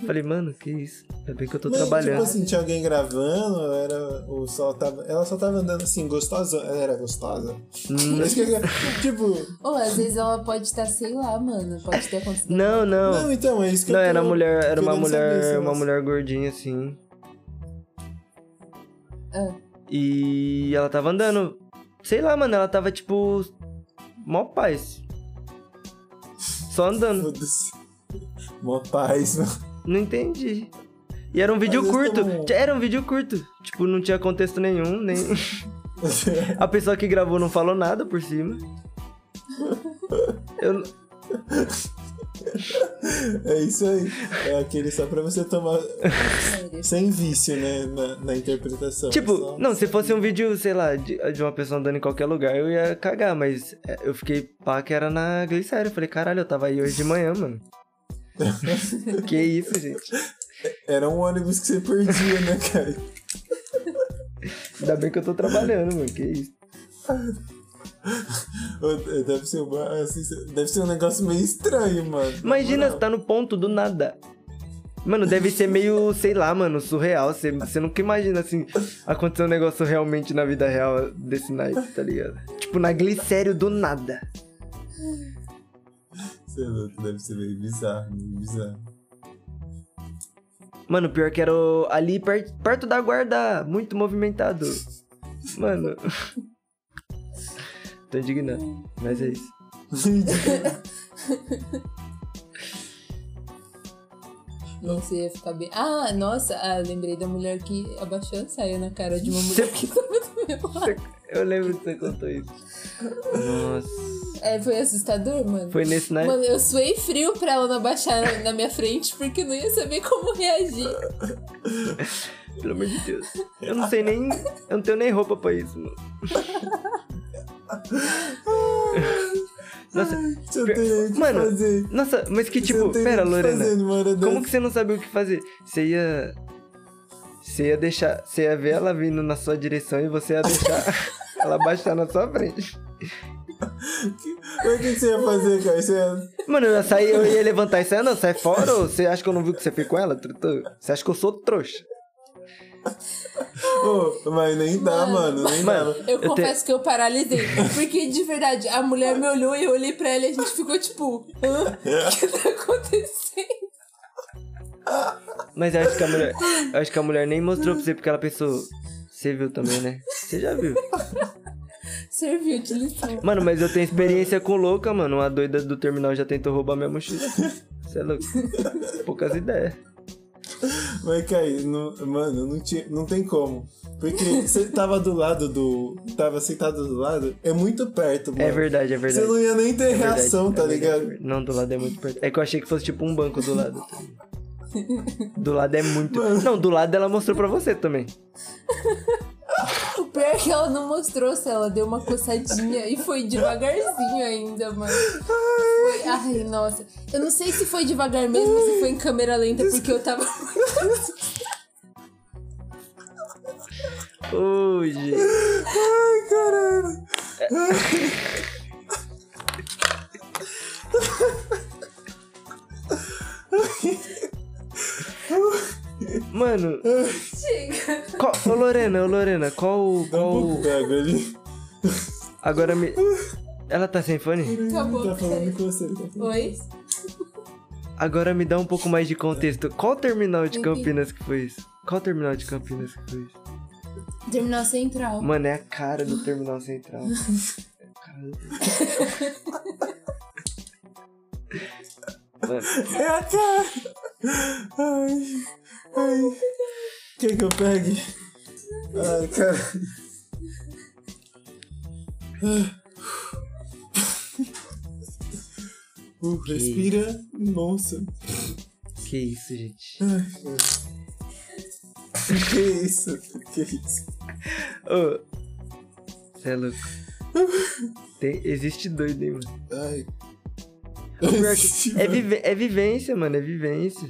[SPEAKER 3] Falei, mano, que isso? Ainda bem que eu tô
[SPEAKER 2] Mas,
[SPEAKER 3] trabalhando.
[SPEAKER 2] Tipo assim, tinha alguém gravando, era, ou só tava, ela só tava andando assim, gostosa. Ela era gostosa?
[SPEAKER 3] Hum.
[SPEAKER 2] Mas que- tipo,
[SPEAKER 4] Ou às vezes ela pode estar, sei lá, mano. Pode ter acontecido.
[SPEAKER 3] Não, não.
[SPEAKER 2] não, então, é isso que
[SPEAKER 3] Não,
[SPEAKER 2] eu tô
[SPEAKER 3] era mulher, era uma
[SPEAKER 2] querendo saber esse
[SPEAKER 3] mulher, uma
[SPEAKER 2] lance.
[SPEAKER 3] mulher gordinha assim.
[SPEAKER 4] Ah.
[SPEAKER 3] E ela tava andando, sei lá, mano, ela tava tipo mó paz. Só andando.
[SPEAKER 2] Foda-se. Mó paz, mano.
[SPEAKER 3] Não entendi. E era um vídeo
[SPEAKER 2] Às vezes
[SPEAKER 3] curto.
[SPEAKER 2] tem um-
[SPEAKER 3] Ti- Era um vídeo curto. Tipo, não tinha contexto nenhum, nem a pessoa que gravou não falou nada por cima. Eu,
[SPEAKER 2] É isso aí. É aquele só pra você tomar
[SPEAKER 4] Sério.
[SPEAKER 2] sem vício, né? Na, na interpretação.
[SPEAKER 3] Tipo,
[SPEAKER 2] Só-
[SPEAKER 3] não, se fosse um vídeo, sei lá, de, de uma pessoa andando em qualquer lugar, eu ia cagar, mas é, eu fiquei pá que era na glicério. Eu falei, caralho, eu tava aí hoje de manhã, mano. que isso, gente.
[SPEAKER 2] Era um ônibus que você perdia, né, cara?
[SPEAKER 3] Ainda bem que eu tô trabalhando, mano. Que isso.
[SPEAKER 2] Ô, Deve ser, uma, assim, deve ser um negócio meio estranho, mano. Na
[SPEAKER 3] Imagina, você
[SPEAKER 2] moral.
[SPEAKER 3] tá no ponto do nada. Mano, deve ser meio, sei lá, mano, surreal. Você, você nunca imagina, assim, acontecer um negócio realmente na vida real desse night, tá ligado? Tipo, na glicério do nada.
[SPEAKER 2] Você é louco, deve ser meio bizarro, meio bizarro.
[SPEAKER 3] Mano, pior que era o- ali per- perto da guarda, muito movimentado. Mano. Tô indignado, mas é isso.
[SPEAKER 4] Não sei, ia ficar bem. Ah, nossa, ah, lembrei da mulher que abaixou a saia na cara de uma mulher que tava do meu lado.
[SPEAKER 3] Eu lembro que você contou isso. Nossa.
[SPEAKER 4] É, foi assustador, mano.
[SPEAKER 3] Foi né? nesse night.
[SPEAKER 4] Mano, eu suei frio pra ela não abaixar na- na minha frente, porque eu não ia saber como reagir.
[SPEAKER 3] Pelo amor de Deus. Eu não sei nem. Eu não tenho nem roupa pra isso, mano. Nossa,
[SPEAKER 2] Você tem o que
[SPEAKER 3] Mano,
[SPEAKER 2] fazer.
[SPEAKER 3] nossa, mas que
[SPEAKER 2] Você
[SPEAKER 3] tipo.
[SPEAKER 2] tem o
[SPEAKER 3] Pera,
[SPEAKER 2] que
[SPEAKER 3] Lorena.
[SPEAKER 2] fazer né? numa hora
[SPEAKER 3] Como
[SPEAKER 2] dessa.
[SPEAKER 3] que você não sabia o que fazer? Você ia. Você ia deixar. Você ia ver ela vindo na sua direção e você ia deixar ela baixar na sua frente.
[SPEAKER 2] Mas o que, que você ia fazer, cara? é- Você ia...
[SPEAKER 3] Mano, eu ia sair, eu ia levantar e sair, não, sai fora, ou você acha que eu não vi que você fez com ela? truta? Você acha que eu sou trouxa?
[SPEAKER 2] Ô, mas nem dá, mano. Nem dá.
[SPEAKER 3] Mano,
[SPEAKER 4] Eu
[SPEAKER 3] te-
[SPEAKER 4] confesso que eu paralisei. Porque de verdade, a mulher me olhou e eu olhei pra ela e a gente ficou tipo, hã? O que tá acontecendo?
[SPEAKER 3] Mas eu acho que a mulher. eu acho que a mulher nem mostrou pra você porque ela pensou. Você viu também, né? Você já viu.
[SPEAKER 4] Serviu de lição.
[SPEAKER 3] Mano, mas eu tenho experiência com louca, mano. Uma doida do terminal já tentou roubar minha mochila. Você é louco. Poucas ideias.
[SPEAKER 2] Mas, Caí, não, mano, não, tinha, não tem como. Porque você tava do lado do. Tava sentado do lado, é muito perto, mano.
[SPEAKER 3] É verdade, é
[SPEAKER 2] Você
[SPEAKER 3] verdade.
[SPEAKER 2] não ia nem ter
[SPEAKER 3] É verdade,
[SPEAKER 2] reação,
[SPEAKER 3] é
[SPEAKER 2] tá
[SPEAKER 3] verdade, é
[SPEAKER 2] ligado?
[SPEAKER 3] verdade. Não, do lado é muito perto. É que eu achei que fosse tipo um banco do lado. tá ligado? Do lado é muito. Não, do lado ela mostrou pra você também.
[SPEAKER 4] O pior é que ela não mostrou se ela deu uma coçadinha e foi devagarzinho ainda, mano. Foi. Ai, nossa. Eu não sei se foi devagar mesmo ou se foi em câmera lenta, porque eu tava.
[SPEAKER 3] Ô, gente. Mano,
[SPEAKER 4] Chega.
[SPEAKER 3] qual, ô Lorena, ô Lorena, qual.
[SPEAKER 2] Dá um
[SPEAKER 3] qual
[SPEAKER 2] pouco d'água ali.
[SPEAKER 3] agora me. Ela tá sem fone?
[SPEAKER 4] Acabou,
[SPEAKER 2] Tá falando
[SPEAKER 4] peraí.
[SPEAKER 2] com você. Tá falando.
[SPEAKER 4] Oi?
[SPEAKER 3] Agora me dá um pouco mais de contexto. Qual terminal de
[SPEAKER 4] Enfim.
[SPEAKER 3] Campinas que foi isso? Qual terminal de Campinas que foi isso?
[SPEAKER 4] Terminal central.
[SPEAKER 3] Mano, é a cara do terminal central. É a cara do terminal. Mano,
[SPEAKER 2] É a cara! Ai. Ai. Quer que eu pegue? Ai, cara. Uh, respira. Nossa.
[SPEAKER 3] que isso, gente.
[SPEAKER 2] Que é isso? Que isso?
[SPEAKER 3] Ô. Cê é louco. Tem- existe doido, hein, mano.
[SPEAKER 2] Ai.
[SPEAKER 3] É, vive- é vivência, mano. É vivência.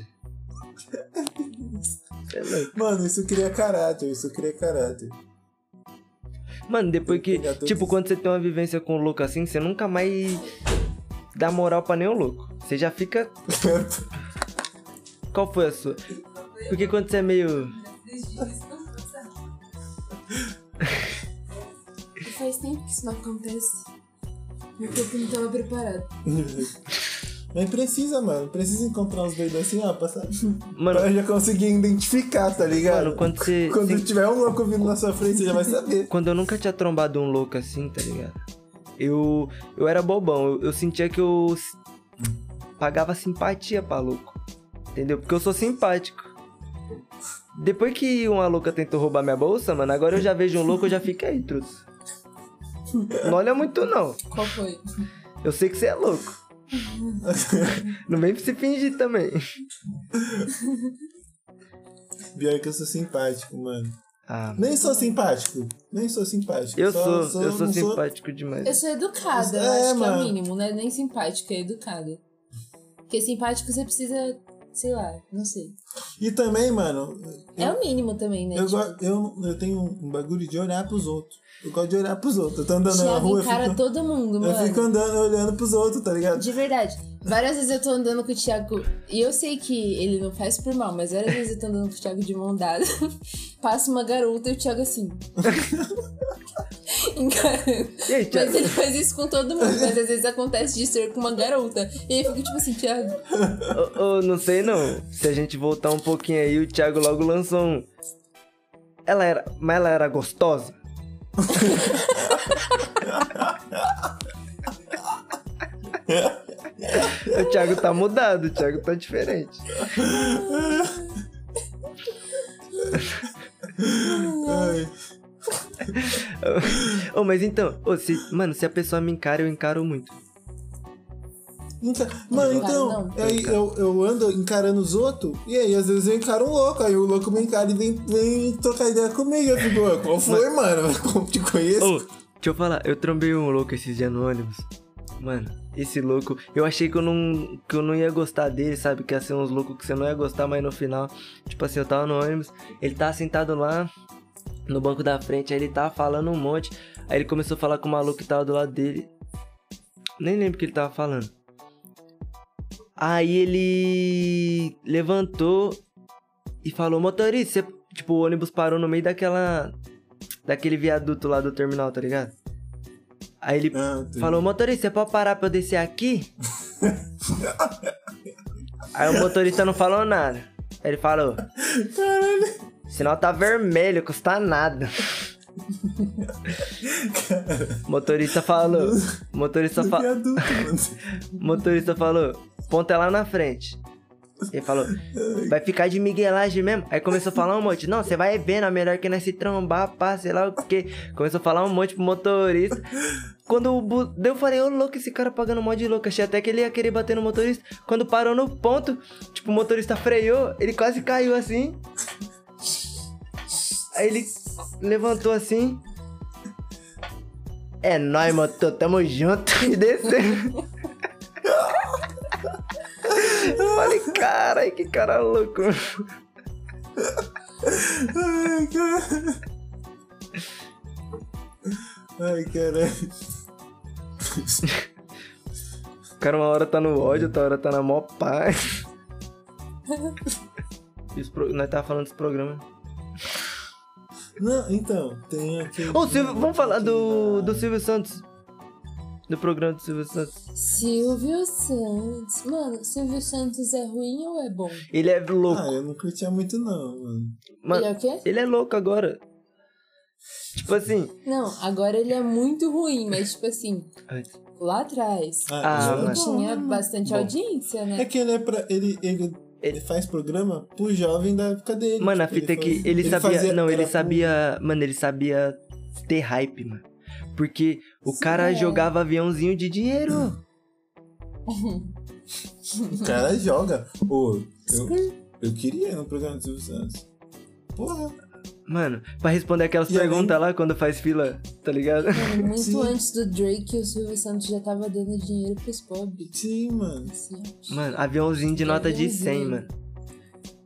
[SPEAKER 3] Cê é louco.
[SPEAKER 2] Mano, isso cria caráter, isso cria caráter.
[SPEAKER 3] Mano, depois que.
[SPEAKER 2] Pegar todos
[SPEAKER 3] Tipo,
[SPEAKER 2] os-
[SPEAKER 3] quando você tem uma vivência com o louco assim, você nunca mais dá moral pra nenhum louco. Você já fica. Qual foi a sua? Porque quando você é meio.
[SPEAKER 4] Faz tempo que isso não acontece. Meu corpo não tava preparado.
[SPEAKER 2] Mas precisa, mano. Precisa encontrar os dois assim, ó, pra, saber-
[SPEAKER 3] Mano,
[SPEAKER 2] pra eu já conseguir identificar, tá ligado?
[SPEAKER 3] Mano, quando você-
[SPEAKER 2] Quando
[SPEAKER 3] você-
[SPEAKER 2] tiver um louco vindo na sua frente, você já vai saber.
[SPEAKER 3] quando eu nunca tinha trombado um louco assim, tá ligado? Eu, eu era bobão, eu, eu sentia que eu s- pagava simpatia pra louco. Entendeu? Porque eu sou simpático. Depois que uma louca tentou roubar minha bolsa, mano, agora eu já vejo um louco, eu já fico aí, truto. Não olha muito, não.
[SPEAKER 4] Qual foi?
[SPEAKER 3] Eu sei que você é louco. Não vem pra se fingir também.
[SPEAKER 2] Pior que eu sou simpático, mano.
[SPEAKER 3] Ah, mano.
[SPEAKER 2] Nem sou simpático. Nem sou simpático.
[SPEAKER 3] eu
[SPEAKER 2] Só
[SPEAKER 3] sou, eu sou
[SPEAKER 2] não
[SPEAKER 3] simpático demais.
[SPEAKER 4] Eu sou educada, eu
[SPEAKER 2] É,
[SPEAKER 4] acho que é
[SPEAKER 2] mano.
[SPEAKER 4] o mínimo, né? Nem simpática, é educada. Porque simpático você precisa, sei lá, não sei.
[SPEAKER 2] E também, mano,
[SPEAKER 4] É o mínimo também, né?
[SPEAKER 2] eu,
[SPEAKER 4] Tipo,
[SPEAKER 2] go- eu, eu tenho um bagulho de olhar pros outros. Eu gosto de olhar pros outros. Eu tô andando na
[SPEAKER 4] Thiago
[SPEAKER 2] rua, eu
[SPEAKER 4] encara
[SPEAKER 2] fico,
[SPEAKER 4] todo mundo,
[SPEAKER 2] eu
[SPEAKER 4] mano.
[SPEAKER 2] fico andando, olhando pros outros, tá ligado?
[SPEAKER 4] De verdade. Várias vezes eu tô andando com o Thiago. E eu sei que ele não faz por mal, mas várias vezes eu tô andando com o Thiago de mão dada. Passa uma garota e o Thiago assim. Encarando.
[SPEAKER 3] E aí, Thiago?
[SPEAKER 4] Mas ele faz isso com todo mundo. Mas às vezes acontece de ser com uma garota. E aí eu fico tipo assim, Thiago.
[SPEAKER 3] Ô, ô, não sei não. Se a gente voltar um pouquinho aí, o Thiago logo lançou um. Ela era. Mas ela era gostosa? o Thiago tá mudado, o Thiago tá diferente.
[SPEAKER 2] Tipo, Ai.
[SPEAKER 3] Ô, mas então, ô, se, mano, se a pessoa me encara, eu encaro muito.
[SPEAKER 2] Enca- Mano,
[SPEAKER 4] Não,
[SPEAKER 2] então,
[SPEAKER 4] não.
[SPEAKER 2] aí eu, eu ando encarando os outros, e aí às vezes eu encaro um louco, aí o louco me encara e vem, vem trocar ideia comigo. Eu fico, "Ué, qual foi, mano? Como te conheço?
[SPEAKER 3] Ô, deixa eu falar, eu trombei um louco esses dias no ônibus. Mano, esse louco, eu achei que eu não, que eu não ia gostar dele, sabe? Que ia ser uns loucos que você não ia gostar, mas no final, tipo assim, eu tava no ônibus, ele tava sentado lá no banco da frente, aí ele tava falando um monte. Aí ele começou a falar com o maluco que tava do lado dele. Nem lembro o que ele tava falando. Aí ele levantou e falou, motorista, você-" tipo, o ônibus parou no meio daquela. Daquele viaduto lá do terminal, tá ligado? Aí ele
[SPEAKER 2] Ah, entendi.
[SPEAKER 3] falou, motorista, você pode parar pra eu descer aqui? Aí o motorista não falou nada. Aí ele falou,
[SPEAKER 2] Caralho.
[SPEAKER 3] "O sinal tá vermelho, custa nada. O motorista falou. o Motorista
[SPEAKER 2] Do
[SPEAKER 3] falou.
[SPEAKER 2] viaduto, mano.
[SPEAKER 3] O motorista falou, ponta é lá na frente. Ele falou, vai ficar de miguelagem mesmo? Aí começou a falar um monte. Não, você vai vendo, é melhor que nós se trombar, pá, sei lá o quê. Começou a falar um monte pro motorista. Quando o bu... Daí eu falei, ô louco, esse cara pagando mó de louco. Achei até que ele ia querer bater no motorista. Quando parou no ponto, tipo, o motorista freou, ele quase caiu assim. Aí ele levantou assim. É nóis, motor, tamo junto. E desceu. Falei, carai, que cara louco.
[SPEAKER 2] Ai, cara. Ai, caralho.
[SPEAKER 3] O cara uma hora tá no ódio, outra hora tá na mó paz. E os pro- Nós tava falando dos programas.
[SPEAKER 2] Não, então, tem aquele.
[SPEAKER 3] Ô, Silvio, vamos falar do, do Silvio Santos. Do programa do Silvio Santos.
[SPEAKER 4] Silvio Santos. Mano, Silvio Santos é ruim ou é bom?
[SPEAKER 3] Ele é
[SPEAKER 2] Ah,
[SPEAKER 3] louco.
[SPEAKER 2] eu não curtia muito, não, mano.
[SPEAKER 4] Ele é
[SPEAKER 3] Mano,
[SPEAKER 4] o quê?
[SPEAKER 3] ele é louco agora. Tipo assim.
[SPEAKER 4] Não, agora ele é muito ruim, mas tipo assim, lá atrás
[SPEAKER 3] Ah,
[SPEAKER 2] já era
[SPEAKER 3] mas-
[SPEAKER 2] bom,
[SPEAKER 4] tinha
[SPEAKER 2] né, mano?
[SPEAKER 4] bastante
[SPEAKER 3] Bom.
[SPEAKER 4] audiência,
[SPEAKER 2] É
[SPEAKER 4] né?
[SPEAKER 2] que ele é pra. Ele, ele,
[SPEAKER 3] Ele-
[SPEAKER 2] ele faz programa pro jovem da época dele.
[SPEAKER 3] Mano, a
[SPEAKER 2] Tipo,
[SPEAKER 3] fita é que
[SPEAKER 2] faz-
[SPEAKER 3] ele sabia.
[SPEAKER 2] fazia-
[SPEAKER 3] Não,
[SPEAKER 2] era
[SPEAKER 3] ele
[SPEAKER 2] pro-
[SPEAKER 3] sabia. Mano, ele sabia ter hype, mano. Porque o cara
[SPEAKER 4] é.
[SPEAKER 3] jogava aviãozinho de dinheiro.
[SPEAKER 2] O
[SPEAKER 3] Uhum.
[SPEAKER 2] cara joga. Ô, eu, eu queria ir no programa do Silvio Santos. Porra.
[SPEAKER 3] Mano, pra responder aquelas
[SPEAKER 2] E aí?
[SPEAKER 3] perguntas lá quando faz fila, tá ligado?
[SPEAKER 4] Mano, muito
[SPEAKER 2] Sim.
[SPEAKER 4] antes do Drake, o Silvio Santos já tava dando dinheiro pros pobres.
[SPEAKER 2] Sim, mano.
[SPEAKER 4] Assim.
[SPEAKER 3] Mano, aviãozinho de nota de 100,
[SPEAKER 4] Aviãozinho.
[SPEAKER 3] mano.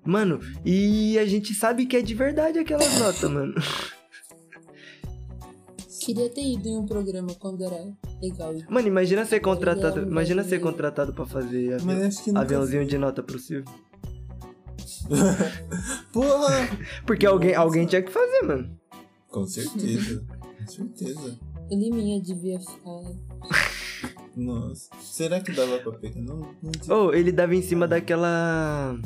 [SPEAKER 3] Mano, e a gente sabe que é de verdade aquelas notas, mano.
[SPEAKER 4] Queria ter ido em um programa quando era legal.
[SPEAKER 3] Mano, imagina ser contratado,
[SPEAKER 4] Ele é um
[SPEAKER 3] imagina ser
[SPEAKER 4] brasileiro.
[SPEAKER 3] contratado pra fazer avi-
[SPEAKER 2] Mas acho que não.
[SPEAKER 3] aviãozinho de nota pro Silvio.
[SPEAKER 2] Porra!
[SPEAKER 3] Porque alguém, alguém tinha que fazer, mano.
[SPEAKER 2] Com certeza. Com certeza.
[SPEAKER 4] O Liminha devia ficar.
[SPEAKER 2] Nossa. Será que dava pra pegar? Não, não sei.
[SPEAKER 3] Ou ele dava em cima daquela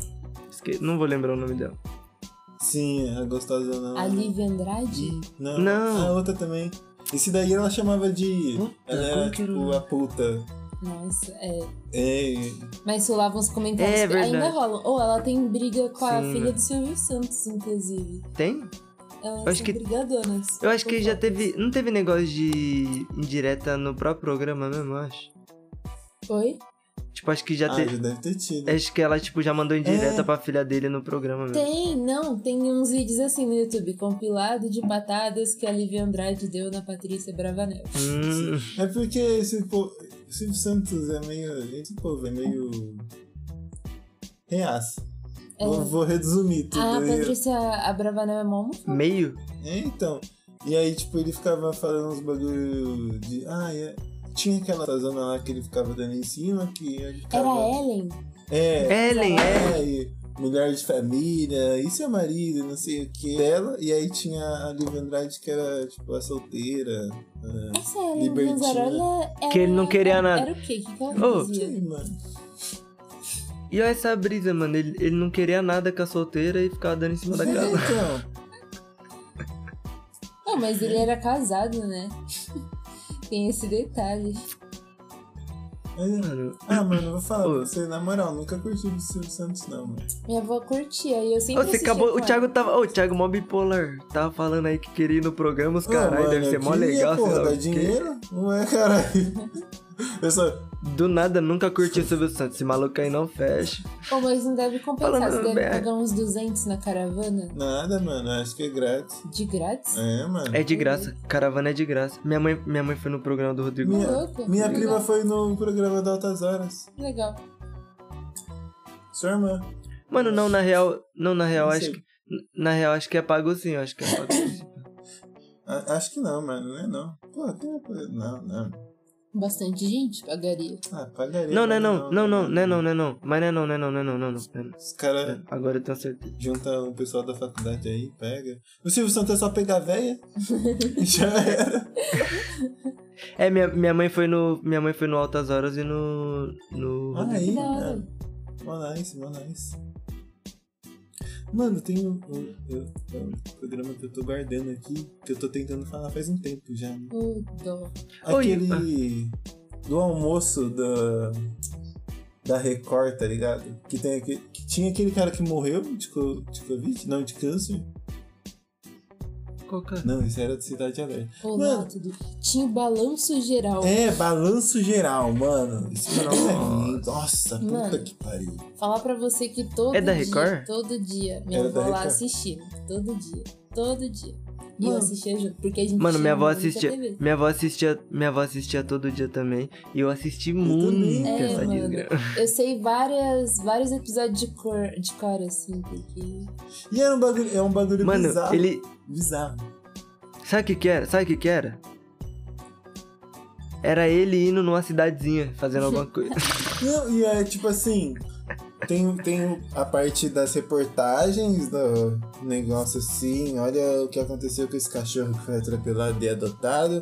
[SPEAKER 3] Esque- não vou lembrar o nome dela.
[SPEAKER 2] Sim, a gostosa não.
[SPEAKER 4] A Lívia Andrade?
[SPEAKER 2] Não.
[SPEAKER 3] Não.
[SPEAKER 2] A outra também. Esse daí ela chamava de.
[SPEAKER 3] Puta,
[SPEAKER 2] ela era
[SPEAKER 3] como que era o
[SPEAKER 2] tipo
[SPEAKER 3] nome?
[SPEAKER 2] a puta.
[SPEAKER 4] Nossa, é.
[SPEAKER 2] É.
[SPEAKER 4] Mas rolavam os comentários
[SPEAKER 3] É
[SPEAKER 4] que ainda
[SPEAKER 3] verdade.
[SPEAKER 4] rolam. Ou ela tem briga com a
[SPEAKER 3] Sim.
[SPEAKER 4] filha do Silvio Santos, inclusive.
[SPEAKER 3] Tem?
[SPEAKER 4] Elas
[SPEAKER 2] É,
[SPEAKER 3] Eu acho
[SPEAKER 4] são
[SPEAKER 3] que-
[SPEAKER 4] brigadonas.
[SPEAKER 3] Eu acho que já
[SPEAKER 4] Fofocas.
[SPEAKER 3] teve, não teve negócio de indireta no próprio programa mesmo, eu acho.
[SPEAKER 4] Oi?
[SPEAKER 3] Tipo, acho que já
[SPEAKER 2] ah,
[SPEAKER 3] teve
[SPEAKER 2] já deve ter tido.
[SPEAKER 3] Acho que ela, tipo, já mandou indireta
[SPEAKER 2] É.
[SPEAKER 3] pra filha dele no programa mesmo.
[SPEAKER 4] Tem, não. Tem uns vídeos assim no YouTube, compilado de patadas que a Lívia Andrade deu na Patrícia Bravanel.
[SPEAKER 3] Hum,
[SPEAKER 2] É porque esse povo. Silvio Santos é meio. Esse povo é meio. Reaça.
[SPEAKER 4] É. Ah,
[SPEAKER 2] Vou, vou resumir tudo.
[SPEAKER 4] A
[SPEAKER 2] aí.
[SPEAKER 4] Patrícia a Bravanel é mó
[SPEAKER 3] meio?
[SPEAKER 2] É, então. E aí, tipo, ele ficava falando uns bagulho de. Ah, é. Tinha aquela zona lá que ele ficava dando em cima, que ele
[SPEAKER 4] Era
[SPEAKER 2] ficava.
[SPEAKER 4] Ellen?
[SPEAKER 2] É,
[SPEAKER 3] Ellen, é.
[SPEAKER 2] Ai, mulher de família, e seu marido, não sei o que. Ela, e aí tinha a Lívia Andrade, que era, tipo, a solteira. ah,
[SPEAKER 4] Essa Ellen
[SPEAKER 2] Libertina.
[SPEAKER 4] Manzarola era...
[SPEAKER 3] Que ele não queria nada.
[SPEAKER 4] Era o quê? O que, que ela
[SPEAKER 3] Ô,
[SPEAKER 4] fazia?
[SPEAKER 2] sei, mano.
[SPEAKER 3] E olha essa brisa, mano. Ele, ele não queria nada com a solteira e ficava dando em cima da
[SPEAKER 2] É,
[SPEAKER 3] casa.
[SPEAKER 2] então.
[SPEAKER 4] Não, mas ele era casado, né? Tem esse detalhe.
[SPEAKER 2] É.
[SPEAKER 3] Mano,
[SPEAKER 2] Ah, mano, eu vou falar pra
[SPEAKER 3] Ô.
[SPEAKER 2] você, na moral, nunca curti o Silvio Santos, não, mano.
[SPEAKER 4] Minha avó curtia e eu
[SPEAKER 3] Ô,
[SPEAKER 4] sempre
[SPEAKER 3] você
[SPEAKER 4] assistia
[SPEAKER 3] acabou.
[SPEAKER 4] com
[SPEAKER 3] O
[SPEAKER 4] ela.
[SPEAKER 3] Thiago tava. Ô, o Thiago mó bipolar. Tava falando aí que queria ir no programa, os
[SPEAKER 2] Ô,
[SPEAKER 3] caralho,
[SPEAKER 2] Ah, mano,
[SPEAKER 3] deve ser
[SPEAKER 2] eu
[SPEAKER 3] mó
[SPEAKER 2] queria,
[SPEAKER 3] legal, sei
[SPEAKER 2] Porra,
[SPEAKER 3] lá o
[SPEAKER 2] dá
[SPEAKER 3] quê.
[SPEAKER 2] dinheiro? Não é, caralho. Eu só.
[SPEAKER 3] Do nada nunca curti o Silvio Santos. Esse maluco aí não fecha.
[SPEAKER 4] Ô, mas não deve compensar,
[SPEAKER 3] Falando
[SPEAKER 4] você deve
[SPEAKER 3] bem.
[SPEAKER 4] pagar uns 200 na caravana.
[SPEAKER 2] Nada, mano, acho que é grátis.
[SPEAKER 4] De grátis?
[SPEAKER 2] É, mano.
[SPEAKER 3] É de graça. Caravana é de graça. Minha mãe, minha mãe foi no programa do Rodrigo.
[SPEAKER 4] Minha-
[SPEAKER 2] Minha,
[SPEAKER 4] louco.
[SPEAKER 2] minha
[SPEAKER 4] Legal.
[SPEAKER 2] prima foi no programa da Altas Horas.
[SPEAKER 4] Legal.
[SPEAKER 2] Sua irmã.
[SPEAKER 3] Mano, não, na real. Não, na real,
[SPEAKER 2] Não
[SPEAKER 3] acho
[SPEAKER 2] sei.
[SPEAKER 3] que. Na real, acho que é pago sim, acho que é pago sim.
[SPEAKER 2] A- acho que não, mano, não é não. Pô, que é... Não, não.
[SPEAKER 4] Bastante gente pagaria.
[SPEAKER 2] Ah, pagaria.
[SPEAKER 3] Não, não, é
[SPEAKER 2] mas
[SPEAKER 3] não, não, não, não, é não, não, é não. Mas não, é não, não, é não, não, é não, não, não, não, é não.
[SPEAKER 2] Os caras
[SPEAKER 3] Agora eu tenho certeza.
[SPEAKER 2] juntam o pessoal da faculdade aí, pega. O Silvio Santos é só pegar a véia? Já era.
[SPEAKER 3] É, minha, minha mãe foi no. Minha mãe foi no Altas Horas e no. no.
[SPEAKER 2] Olha aí,
[SPEAKER 4] Da hora.
[SPEAKER 2] cara. Mó nice, mó nice. Mano, tem um, um- um- um programa que eu tô guardando aqui, que eu tô tentando falar faz um tempo já. né?
[SPEAKER 4] O dó.
[SPEAKER 3] Oi.
[SPEAKER 2] Aquele do almoço da, da Record, tá ligado? Que, tem aquele, que tinha aquele cara que morreu de, co- de Covid, não, de câncer.
[SPEAKER 3] Qual que é?
[SPEAKER 2] Não, isso era de Cidade Alerta.
[SPEAKER 4] O
[SPEAKER 2] Mano.
[SPEAKER 4] lá, tudo. Tinha o balanço geral.
[SPEAKER 2] É, balanço geral, mano. Isso é lindo. Nossa, puta
[SPEAKER 4] Mano.
[SPEAKER 2] que pariu.
[SPEAKER 4] Falar pra você que todo
[SPEAKER 3] É da
[SPEAKER 4] dia,
[SPEAKER 3] Record?
[SPEAKER 4] todo dia, minha
[SPEAKER 2] Era É da
[SPEAKER 4] avó lá
[SPEAKER 2] Record.
[SPEAKER 4] assistindo, todo dia, todo dia. E eu
[SPEAKER 2] Mano.
[SPEAKER 4] assistia junto, porque a gente
[SPEAKER 3] Mano, minha
[SPEAKER 4] tinha
[SPEAKER 3] avó
[SPEAKER 4] muita
[SPEAKER 3] assistia.
[SPEAKER 4] TV.
[SPEAKER 3] Minha avó assistia. Minha avó assistia todo dia também. E eu assisti muito
[SPEAKER 2] também.
[SPEAKER 3] essa
[SPEAKER 4] É, mano.
[SPEAKER 3] desgraça.
[SPEAKER 4] Eu sei várias, vários episódios de cor, de cor assim, porque...
[SPEAKER 2] E era um bagulho, é um bagulho
[SPEAKER 3] Mano,
[SPEAKER 2] bizarro.
[SPEAKER 3] ele.
[SPEAKER 2] Bizarro.
[SPEAKER 3] Sabe o que, que era? Sabe o que, que era? Era ele indo numa cidadezinha fazendo alguma coisa.
[SPEAKER 2] Não, e é tipo assim. Tem, tem a parte das reportagens do negócio assim, olha o que aconteceu com esse cachorro que foi atropelado e adotado.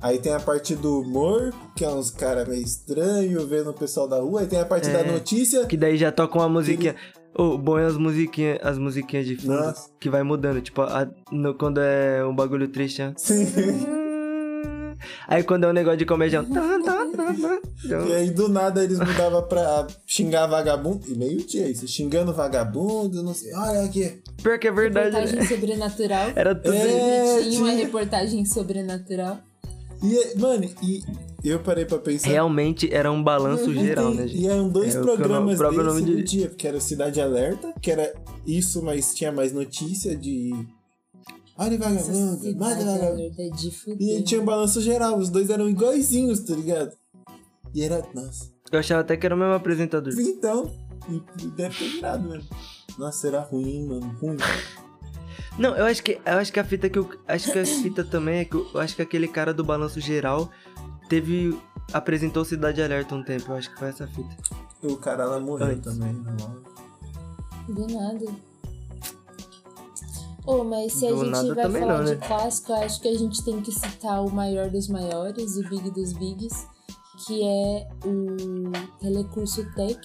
[SPEAKER 2] Aí tem a parte do humor, que é uns caras meio estranho vendo o pessoal da rua. Aí tem a parte
[SPEAKER 3] É.
[SPEAKER 2] da notícia.
[SPEAKER 3] que daí já toca uma musiquinha. O bom é as musiquinhas, as musiquinhas de fundo
[SPEAKER 2] Nossa.
[SPEAKER 3] que vai mudando. Tipo, a- no- quando é um bagulho triste. é-
[SPEAKER 2] Sim.
[SPEAKER 3] Aí quando é um negócio de comédia. é um tan, tan, tan, tan.
[SPEAKER 2] E aí do nada eles mudavam pra xingar vagabundo. E meio-dia isso, xingando vagabundo, não sei. Olha aqui.
[SPEAKER 3] Pior que é verdade. né?
[SPEAKER 4] Reportagem sobrenatural.
[SPEAKER 3] Era tudo.
[SPEAKER 2] É,
[SPEAKER 4] tinha uma
[SPEAKER 2] tinha.
[SPEAKER 4] reportagem sobrenatural.
[SPEAKER 2] E, é- mano, e eu parei pra pensar.
[SPEAKER 3] Realmente era um
[SPEAKER 2] Uhum.
[SPEAKER 3] balanço geral,
[SPEAKER 2] Tem-
[SPEAKER 3] né, gente?
[SPEAKER 2] E eram dois
[SPEAKER 3] É, o canal-
[SPEAKER 2] programas
[SPEAKER 3] o próprio
[SPEAKER 2] desse
[SPEAKER 3] nome
[SPEAKER 2] no
[SPEAKER 3] de-
[SPEAKER 2] dia, porque era o Cidade Alerta, que era isso, mas tinha mais notícia de. Olha
[SPEAKER 4] Essa
[SPEAKER 2] vagabundo, mata
[SPEAKER 4] cidade
[SPEAKER 2] vagabundo.
[SPEAKER 4] alerta é de
[SPEAKER 2] E tipo, aí
[SPEAKER 4] fuder.
[SPEAKER 2] tinha um balanço geral, os dois eram iguaizinhos, tá ligado? E era. Nossa.
[SPEAKER 3] Eu achava até que era o mesmo apresentador.
[SPEAKER 2] Então, e- e deve ter virado mesmo. Nossa, era ruim, mano. Ruim.
[SPEAKER 3] Não, eu acho que eu acho que a fita que eu acho que a fita também é que eu, eu acho que aquele cara do balanço geral teve apresentou Cidade Alerta um tempo, eu acho que foi essa fita.
[SPEAKER 2] E o cara lá morreu
[SPEAKER 3] Antes.
[SPEAKER 2] também, né? não.
[SPEAKER 4] Do nada. Ô, mas se a
[SPEAKER 3] Do nada
[SPEAKER 4] gente vai
[SPEAKER 3] também
[SPEAKER 4] falar
[SPEAKER 3] não,
[SPEAKER 4] de
[SPEAKER 3] né?
[SPEAKER 4] clássico, eu acho que a gente tem que citar o maior dos maiores, o Big dos Bigs, que é o Telecurso Tech.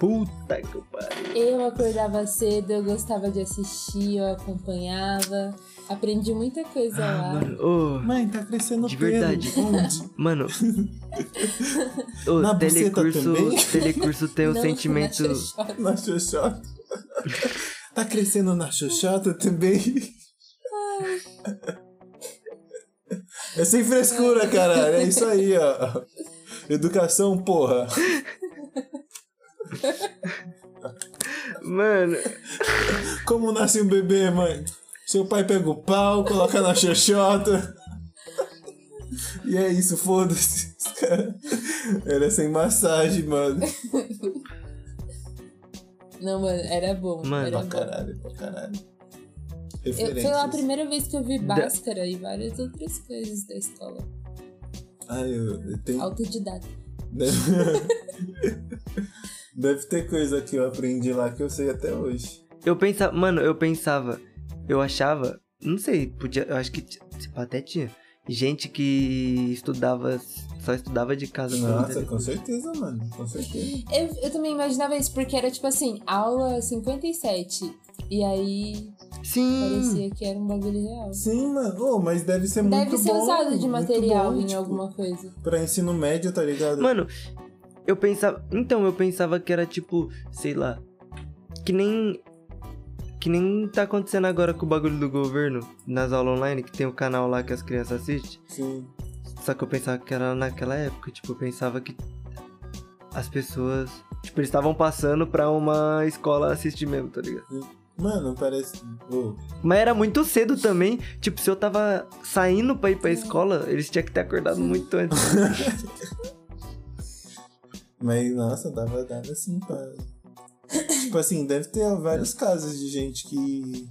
[SPEAKER 3] Puta que pariu.
[SPEAKER 4] Eu acordava cedo, eu gostava de assistir, eu acompanhava, aprendi muita coisa lá.
[SPEAKER 3] Mano, ô,
[SPEAKER 2] Mãe, tá crescendo
[SPEAKER 3] De
[SPEAKER 2] pelo.
[SPEAKER 3] verdade.
[SPEAKER 2] Onde?
[SPEAKER 3] mano. Ô,
[SPEAKER 2] Na buceta
[SPEAKER 3] telecurso,
[SPEAKER 2] também?
[SPEAKER 3] telecurso tem um
[SPEAKER 4] Não,
[SPEAKER 3] sentimento.
[SPEAKER 4] na xoxota.
[SPEAKER 2] Na xoxota. tá crescendo na xoxota também. É sem frescura, caralho. É isso aí, ó. Educação, porra.
[SPEAKER 3] Mano,
[SPEAKER 2] Como nasce um bebê, mãe? Seu pai pega o pau, coloca na xoxota. E é isso, foda-se. Os caras. Era sem massagem, mano.
[SPEAKER 4] Não, mano, era bom.
[SPEAKER 3] Mano,
[SPEAKER 4] era
[SPEAKER 2] Pra
[SPEAKER 4] bom.
[SPEAKER 2] caralho, pra caralho.
[SPEAKER 4] Eu, foi lá a
[SPEAKER 2] Referências.
[SPEAKER 4] primeira vez que eu vi
[SPEAKER 3] Da-
[SPEAKER 4] Bhaskara e várias outras coisas da escola.
[SPEAKER 2] Ai, eu, eu tenho
[SPEAKER 4] Autodidata.
[SPEAKER 2] Deve... Deve ter coisa que eu aprendi lá que eu sei até hoje.
[SPEAKER 3] eu pensava, mano, eu pensava, eu achava, não sei, podia, eu acho que t- se pá, até tinha gente que estudava só estudava de casa pelo
[SPEAKER 2] Nossa,
[SPEAKER 3] telecurso.
[SPEAKER 2] com certeza, mano. Com certeza.
[SPEAKER 4] Eu, eu também imaginava isso, porque era tipo assim, aula 57. E aí
[SPEAKER 2] Hum.
[SPEAKER 3] Sim.
[SPEAKER 4] parecia que era um bagulho real.
[SPEAKER 2] Sim, mano. Ô, mas deve ser é muito
[SPEAKER 4] Deve ser
[SPEAKER 2] bom,
[SPEAKER 4] usado de
[SPEAKER 2] muito
[SPEAKER 4] material
[SPEAKER 2] bom,
[SPEAKER 4] em
[SPEAKER 2] tipo,
[SPEAKER 4] alguma coisa.
[SPEAKER 2] Pra ensino médio, tá ligado?
[SPEAKER 3] Mano, eu pensava. Então, eu pensava que era tipo, sei lá. Que nem. Que nem tá acontecendo agora com o bagulho do governo nas aulas online, que tem o canal lá que as crianças assistem.
[SPEAKER 2] Sim.
[SPEAKER 3] Só que eu pensava que era naquela época, tipo, eu pensava que as pessoas. Tipo, eles estavam passando pra uma escola assistir mesmo, tá ligado?
[SPEAKER 2] Mano, parece. Ô,
[SPEAKER 3] Mas era muito cedo também. Tipo, se eu tava saindo pra ir pra escola, eles tinham que ter acordado muito antes.
[SPEAKER 2] Mas, nossa, dava, dava assim pra. tipo assim, deve ter vários casos de gente que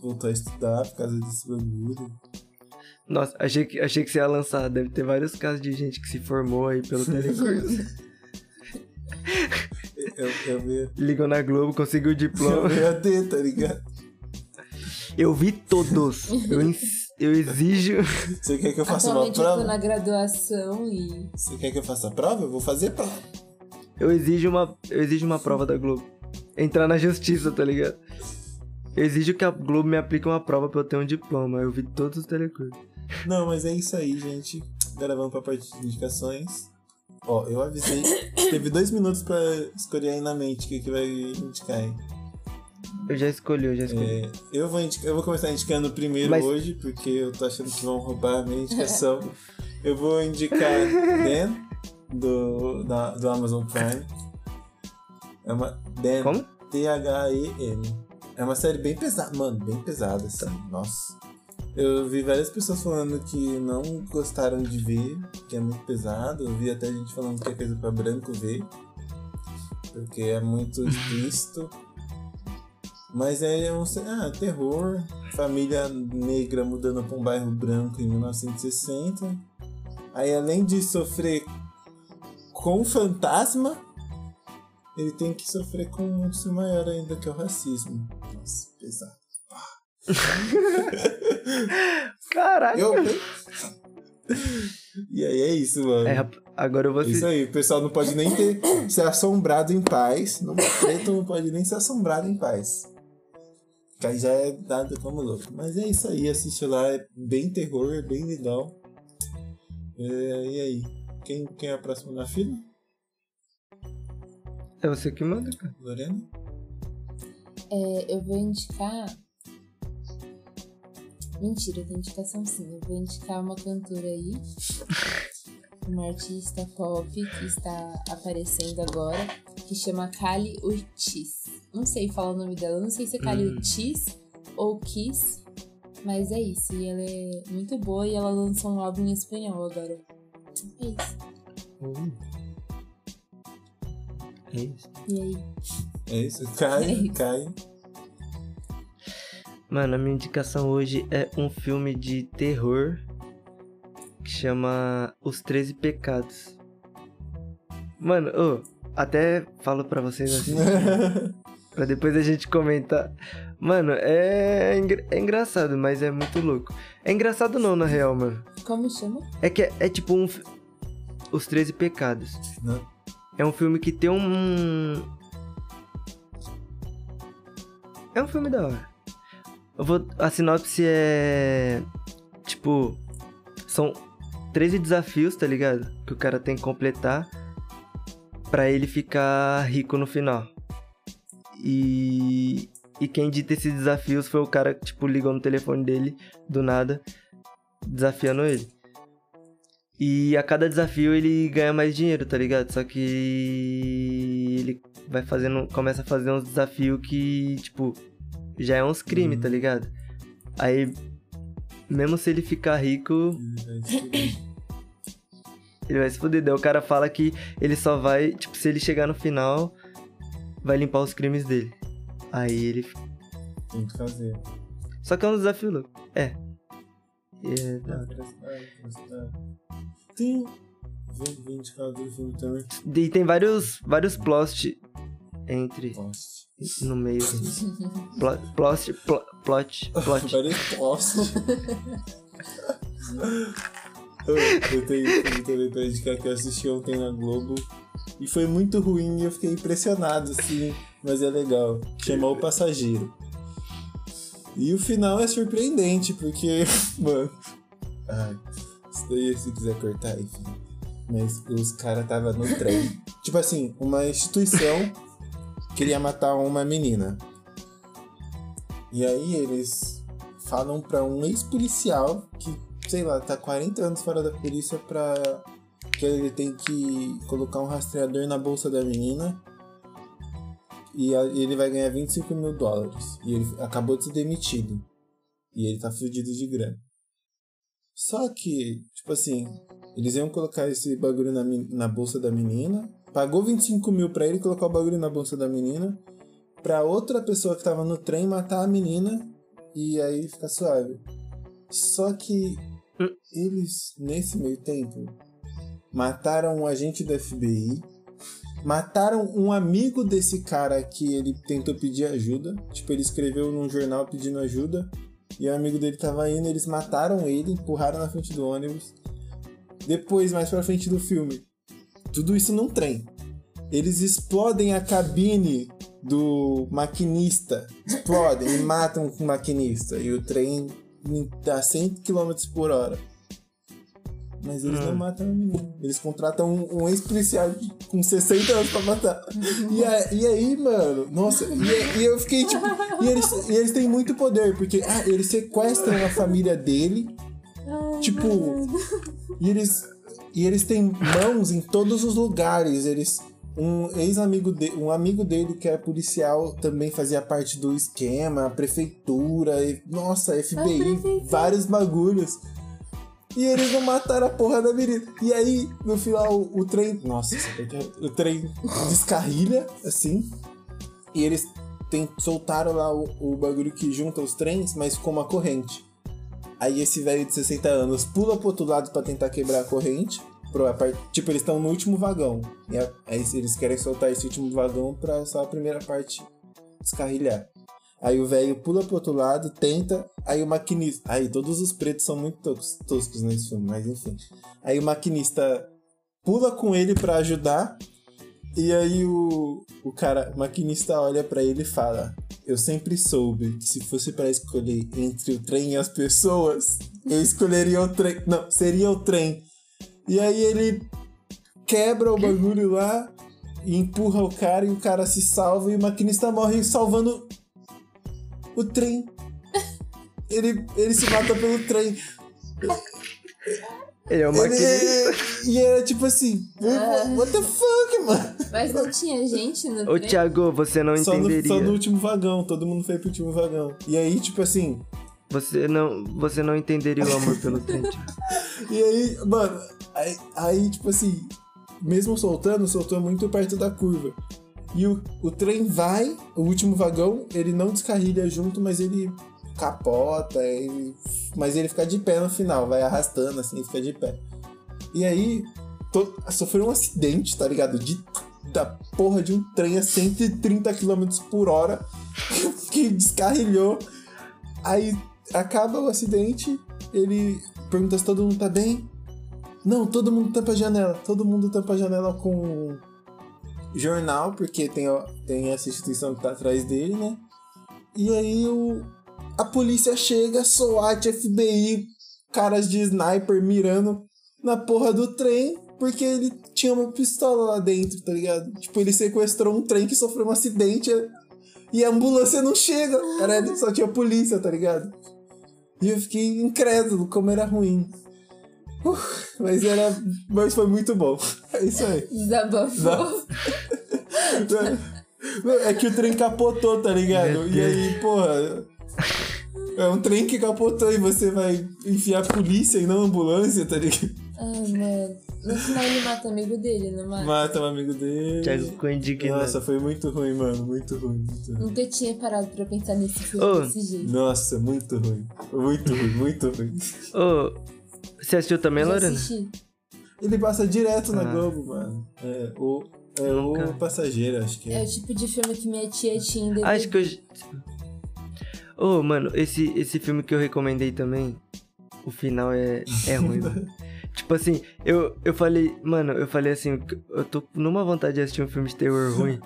[SPEAKER 2] voltou a estudar por causa desse bagulho.
[SPEAKER 3] Nossa, achei que, achei que você ia lançar. Deve ter vários casos de gente que se formou aí pelo telecurso.
[SPEAKER 2] Eu, eu ia.
[SPEAKER 3] Ligou na Globo, conseguiu o
[SPEAKER 2] Eu
[SPEAKER 3] diploma.
[SPEAKER 2] ia ter, tá ligado?
[SPEAKER 3] Eu vi todos. Eu, ins- eu exijo.
[SPEAKER 2] Você quer que eu faça uma
[SPEAKER 4] Atualmente eu tô
[SPEAKER 2] prova?
[SPEAKER 4] na graduação e.
[SPEAKER 2] Você quer que eu faça a prova? Eu vou fazer a prova.
[SPEAKER 3] Eu exijo uma, eu exijo uma prova da Globo. Entrar na justiça, tá ligado? Eu exijo que a Globo me aplique uma prova pra eu ter um diploma. Eu vi todos os telecursos.
[SPEAKER 2] Não, mas é isso aí, gente. Agora vamos pra parte de indicações. Ó, eu avisei. Teve dois minutos pra escolher aí na mente o que, que vai indicar. hein?
[SPEAKER 3] Eu já escolhi, eu já escolhi.
[SPEAKER 2] É, eu, vou indica- eu vou começar indicando o primeiro
[SPEAKER 3] Mas-
[SPEAKER 2] hoje, porque eu tô achando que vão roubar a minha indicação. eu vou indicar Dan, do, da- do Amazon Prime. É uma. Dan.
[SPEAKER 3] Como?
[SPEAKER 2] T-H-E-M. É uma série bem pesada, mano, bem pesada, assim, nossa. Eu vi várias pessoas falando que não gostaram de ver, que é muito pesado. Eu vi até gente falando que é coisa pra branco ver, porque é muito explícito. Mas é um ah, terror, família negra mudando pra um bairro branco em 1960. Aí além de sofrer com fantasma, ele tem que sofrer com um monstro maior ainda, que é o racismo. Nossa, pesado.
[SPEAKER 3] Caraca!
[SPEAKER 2] Eu E aí é isso, mano.
[SPEAKER 3] É,
[SPEAKER 2] É
[SPEAKER 3] rap- agora eu vou
[SPEAKER 2] isso
[SPEAKER 3] assistir.
[SPEAKER 2] aí, o pessoal não pode nem ter, ser assombrado em paz. Não, preto não pode nem ser assombrado em paz. Que aí já é dado como louco. Mas é isso aí, assiste lá, é bem terror, é bem legal. É, e aí? Quem, quem é a próxima na fila?
[SPEAKER 3] É você que manda, cara.
[SPEAKER 2] Lorena?
[SPEAKER 4] É, eu vou indicar. Mentira, tem indicação sim. Eu vou indicar uma cantora aí. Uma artista pop que está aparecendo agora, que chama Kali Urtiz. Não sei falar o nome dela, não sei se é Kali
[SPEAKER 3] Hum.
[SPEAKER 4] Urtiz ou Kiss, mas é isso. E ela é muito boa e ela lançou um álbum em espanhol agora. É isso.
[SPEAKER 3] É isso.
[SPEAKER 4] E aí?
[SPEAKER 2] É isso? Cai, cai.
[SPEAKER 3] Mano, a minha indicação hoje é um filme de terror que chama Os 13 Pecados. Mano, ô, até falo pra vocês assim. Pra depois a gente comentar. Mano, é, engra- é engraçado, mas é muito louco. É engraçado não, na real, mano.
[SPEAKER 4] Como chama?
[SPEAKER 3] É que é, é tipo um. fi- Os 13 Pecados.
[SPEAKER 2] Não.
[SPEAKER 3] É um filme que tem um. É um filme da hora. Eu vou... A sinopse é. Tipo. São 13 desafios, tá ligado? Que o cara tem que completar pra ele ficar rico no final. E. E quem dita esses desafios foi o cara que, tipo, ligou no telefone dele do nada, desafiando ele. E a cada desafio ele ganha mais dinheiro, tá ligado? Só que ele vai fazendo, começa a fazer uns desafios que, tipo, já é uns crimes, tá ligado? Aí, mesmo se ele ficar rico, ele vai se fuder. Daí o cara fala que ele só vai, tipo, se ele chegar no final, vai limpar os crimes dele. Aí ele.
[SPEAKER 2] Tem que fazer.
[SPEAKER 3] Só que é um desafio louco. É. É, da hora.
[SPEAKER 2] Tem vou vou indicar do filme também.
[SPEAKER 3] E tem vários, vários plots entre.
[SPEAKER 2] Poste.
[SPEAKER 3] no meio. assim. Plo- Plot, plo- plot, plot.
[SPEAKER 2] Vários postes. eu, eu tenho um filme também pra indicar que eu assisti ontem na Globo. E foi muito ruim e eu fiquei impressionado, assim. Mas é legal. Chamou o passageiro. E o final é surpreendente, porque, mano. Ai, isso daí se quiser cortar, enfim. Mas os caras tava no trem. tipo assim, uma instituição queria matar uma menina. E aí eles falam pra um ex-policial que, sei lá, tá 40 anos fora da polícia pra. que ele tem que colocar um rastreador na bolsa da menina. E a- ele vai ganhar 25 mil dólares. E ele acabou de ser demitido. E ele tá fudido de grana. Só que, tipo assim, eles iam colocar esse bagulho na, men- na bolsa da menina. Pagou 25 mil pra ele colocar o bagulho na bolsa da menina pra outra pessoa que tava no trem matar a menina e aí fica suave. Só que Eles, nesse meio tempo, mataram um agente do FBI, mataram um amigo desse cara que ele tentou pedir ajuda. Tipo, ele escreveu num jornal pedindo ajuda. E o amigo dele tava indo, eles mataram ele, empurraram na frente do ônibus. Depois, mais pra frente do filme, tudo isso num trem. Eles explodem a cabine do maquinista. Explodem e matam o maquinista. E o trem a 100 km por hora. Mas eles não matam a menina. Eles contratam um, um ex-policial de- com 60 anos pra matar. E, a- e aí, mano, nossa, e, a- e eu fiquei tipo. E eles, e eles têm muito poder, porque ah, eles sequestram a família dele. Tipo, e eles, e eles têm mãos em todos os lugares. Eles. Um ex-amigo de, um amigo dele que era policial também fazia parte do esquema, a prefeitura, e- nossa, FBI,
[SPEAKER 4] prefeitura.
[SPEAKER 2] vários bagulhos. E eles não mataram a porra da menina. E aí, no final, o trem. Nossa, isso aqui é- o trem descarrilha, assim. E eles tem- soltaram lá o, o bagulho que junta os trens, mas com uma corrente. Aí esse velho de 60 anos pula pro outro lado pra tentar quebrar a corrente. Pro apar- tipo, eles estão no último vagão. E a- aí eles querem soltar esse último vagão pra só a primeira parte descarrilhar. Aí o velho pula pro outro lado, tenta, aí o maquinista. Aí todos os pretos são muito tos- toscos nesse filme, mas enfim. Aí o maquinista pula com ele pra ajudar. E aí o, o cara, o maquinista olha pra ele e fala: Eu sempre soube que se fosse pra escolher entre o trem e as pessoas, eu escolheria o trem. Não, seria o trem. E aí ele quebra o bagulho lá e empurra o cara e o cara se salva e o maquinista morre salvando o trem. Ele, ele se mata pelo trem.
[SPEAKER 3] Ele é o
[SPEAKER 2] Ele,
[SPEAKER 3] maquinista.
[SPEAKER 2] e era tipo assim, what the fuck, mano?
[SPEAKER 4] Mas não tinha gente no
[SPEAKER 3] Ô,
[SPEAKER 4] trem?
[SPEAKER 3] Thiago, você não
[SPEAKER 2] Só no,
[SPEAKER 3] entenderia.
[SPEAKER 2] só no último vagão, todo mundo foi pro último vagão. E aí, tipo assim,
[SPEAKER 3] Você, não, você não entenderia o amor pelo trem, Thiago.
[SPEAKER 2] e aí, mano, aí, aí, tipo assim, mesmo soltando, soltou muito perto da curva. E o, o trem vai, o último vagão, ele não descarrilha junto, mas ele capota, ele- mas ele fica de pé no final, vai arrastando assim, fica de pé. E aí, to- sofreu um acidente, tá ligado? De, da porra de um trem a 130 km por hora que descarrilhou. Aí acaba o acidente, ele pergunta se todo mundo tá bem. Não, todo mundo tampa a janela. Todo mundo tampa a janela com jornal, porque tem, ó- tem essa instituição que tá atrás dele, né? E aí o, a polícia chega, SWAT, FBI, caras de sniper mirando na porra do trem, porque ele tinha uma pistola lá dentro, tá ligado? Tipo, ele sequestrou um trem que sofreu um acidente e a ambulância não chega. Era, só tinha polícia, tá ligado? E eu fiquei incrédulo como era ruim. Uf, mas era. Mas foi muito bom. É isso aí.
[SPEAKER 4] Desabafou.
[SPEAKER 2] É que o trem capotou, tá ligado? E aí, porra. É um trem que capotou e você vai enfiar polícia e não ambulância, tá ligado?
[SPEAKER 4] Ai, Ah, mano. No final ele mata tá amigo dele, né, não mata?
[SPEAKER 2] Mata um amigo dele.
[SPEAKER 3] Thiago ficou indignado.
[SPEAKER 2] Nossa, foi muito ruim, mano. Muito ruim, muito ruim.
[SPEAKER 4] Nunca tinha parado pra pensar nesse filme
[SPEAKER 3] Ô.
[SPEAKER 4] desse jeito.
[SPEAKER 2] Nossa, muito ruim. Muito ruim, muito ruim.
[SPEAKER 3] Ô, você assistiu também,
[SPEAKER 4] Já
[SPEAKER 3] Lorena?
[SPEAKER 4] assisti.
[SPEAKER 2] Ele passa direto na
[SPEAKER 3] Ah.
[SPEAKER 2] Globo, mano. É, o, é
[SPEAKER 3] Nunca.
[SPEAKER 2] o passageiro, acho que
[SPEAKER 4] É
[SPEAKER 2] é.
[SPEAKER 4] o tipo de filme que minha tia tinha em DVD.
[SPEAKER 3] Acho que eu. j- Ô, mano, esse, esse filme que eu recomendei também, o final é, é ruim, mano. Tipo assim, eu, eu falei, mano, eu falei assim, eu tô numa vontade de assistir um filme de terror ruim.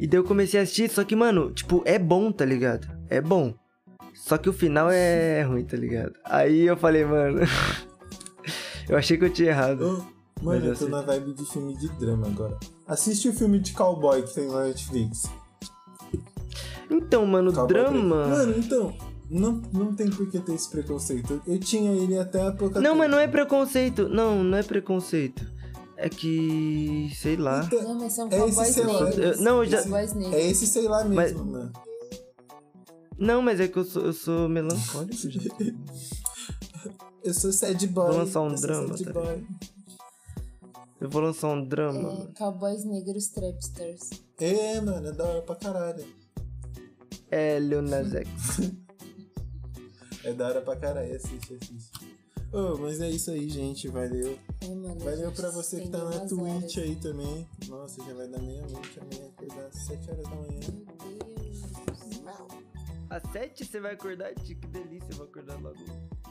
[SPEAKER 3] e daí eu comecei a assistir, só que, mano, tipo, é bom, tá ligado? É bom. Só que o final é ruim, tá ligado? Aí eu falei, mano. eu achei que eu tinha errado.
[SPEAKER 2] Ô, Mano, eu
[SPEAKER 3] Mas
[SPEAKER 2] tô
[SPEAKER 3] é eu
[SPEAKER 2] na vibe de filme de drama agora. Assiste o filme de cowboy que tem na Netflix.
[SPEAKER 3] Então, mano,
[SPEAKER 2] Cowboy Preto.
[SPEAKER 3] drama.
[SPEAKER 2] Mano, então, não, não tem por que ter esse preconceito. Eu tinha ele até há pouco
[SPEAKER 3] Não, mas não é preconceito. Não, não é preconceito. É que. sei lá.
[SPEAKER 2] Então,
[SPEAKER 4] Não, mas
[SPEAKER 2] É
[SPEAKER 4] são
[SPEAKER 2] esse
[SPEAKER 4] cowboys
[SPEAKER 2] sei lá.
[SPEAKER 4] negros.
[SPEAKER 3] Eu- não, eu já-
[SPEAKER 4] Cowboys negros.
[SPEAKER 2] é esse sei lá
[SPEAKER 3] Mas-
[SPEAKER 2] mesmo, mano.
[SPEAKER 3] Não, mas é que eu sou, eu sou melancólico, gente.
[SPEAKER 2] Eu sou sad boy.
[SPEAKER 3] Vou lançar um
[SPEAKER 2] eu sou
[SPEAKER 3] drama,
[SPEAKER 2] sad
[SPEAKER 3] tá
[SPEAKER 2] boy.
[SPEAKER 3] Eu vou lançar um drama.
[SPEAKER 4] É,
[SPEAKER 3] mano.
[SPEAKER 4] cowboys negros trapsters.
[SPEAKER 2] É, mano, é da hora pra caralho.
[SPEAKER 3] É, Leonazex.
[SPEAKER 2] É da hora pra caralho, assiste, assiste. Ô, mas é isso aí, gente. Valeu.
[SPEAKER 4] Ai, mano,
[SPEAKER 2] Valeu
[SPEAKER 4] gente,
[SPEAKER 2] pra você que tá
[SPEAKER 4] estendeu
[SPEAKER 2] na
[SPEAKER 4] umas
[SPEAKER 2] Twitch
[SPEAKER 4] horas.
[SPEAKER 2] aí também. Nossa, já vai dar meia-noite amanhã, é acordar às 7 horas da manhã.
[SPEAKER 4] Meu Deus.
[SPEAKER 3] Às sete você vai acordar, tio, que delícia, eu vou acordar logo.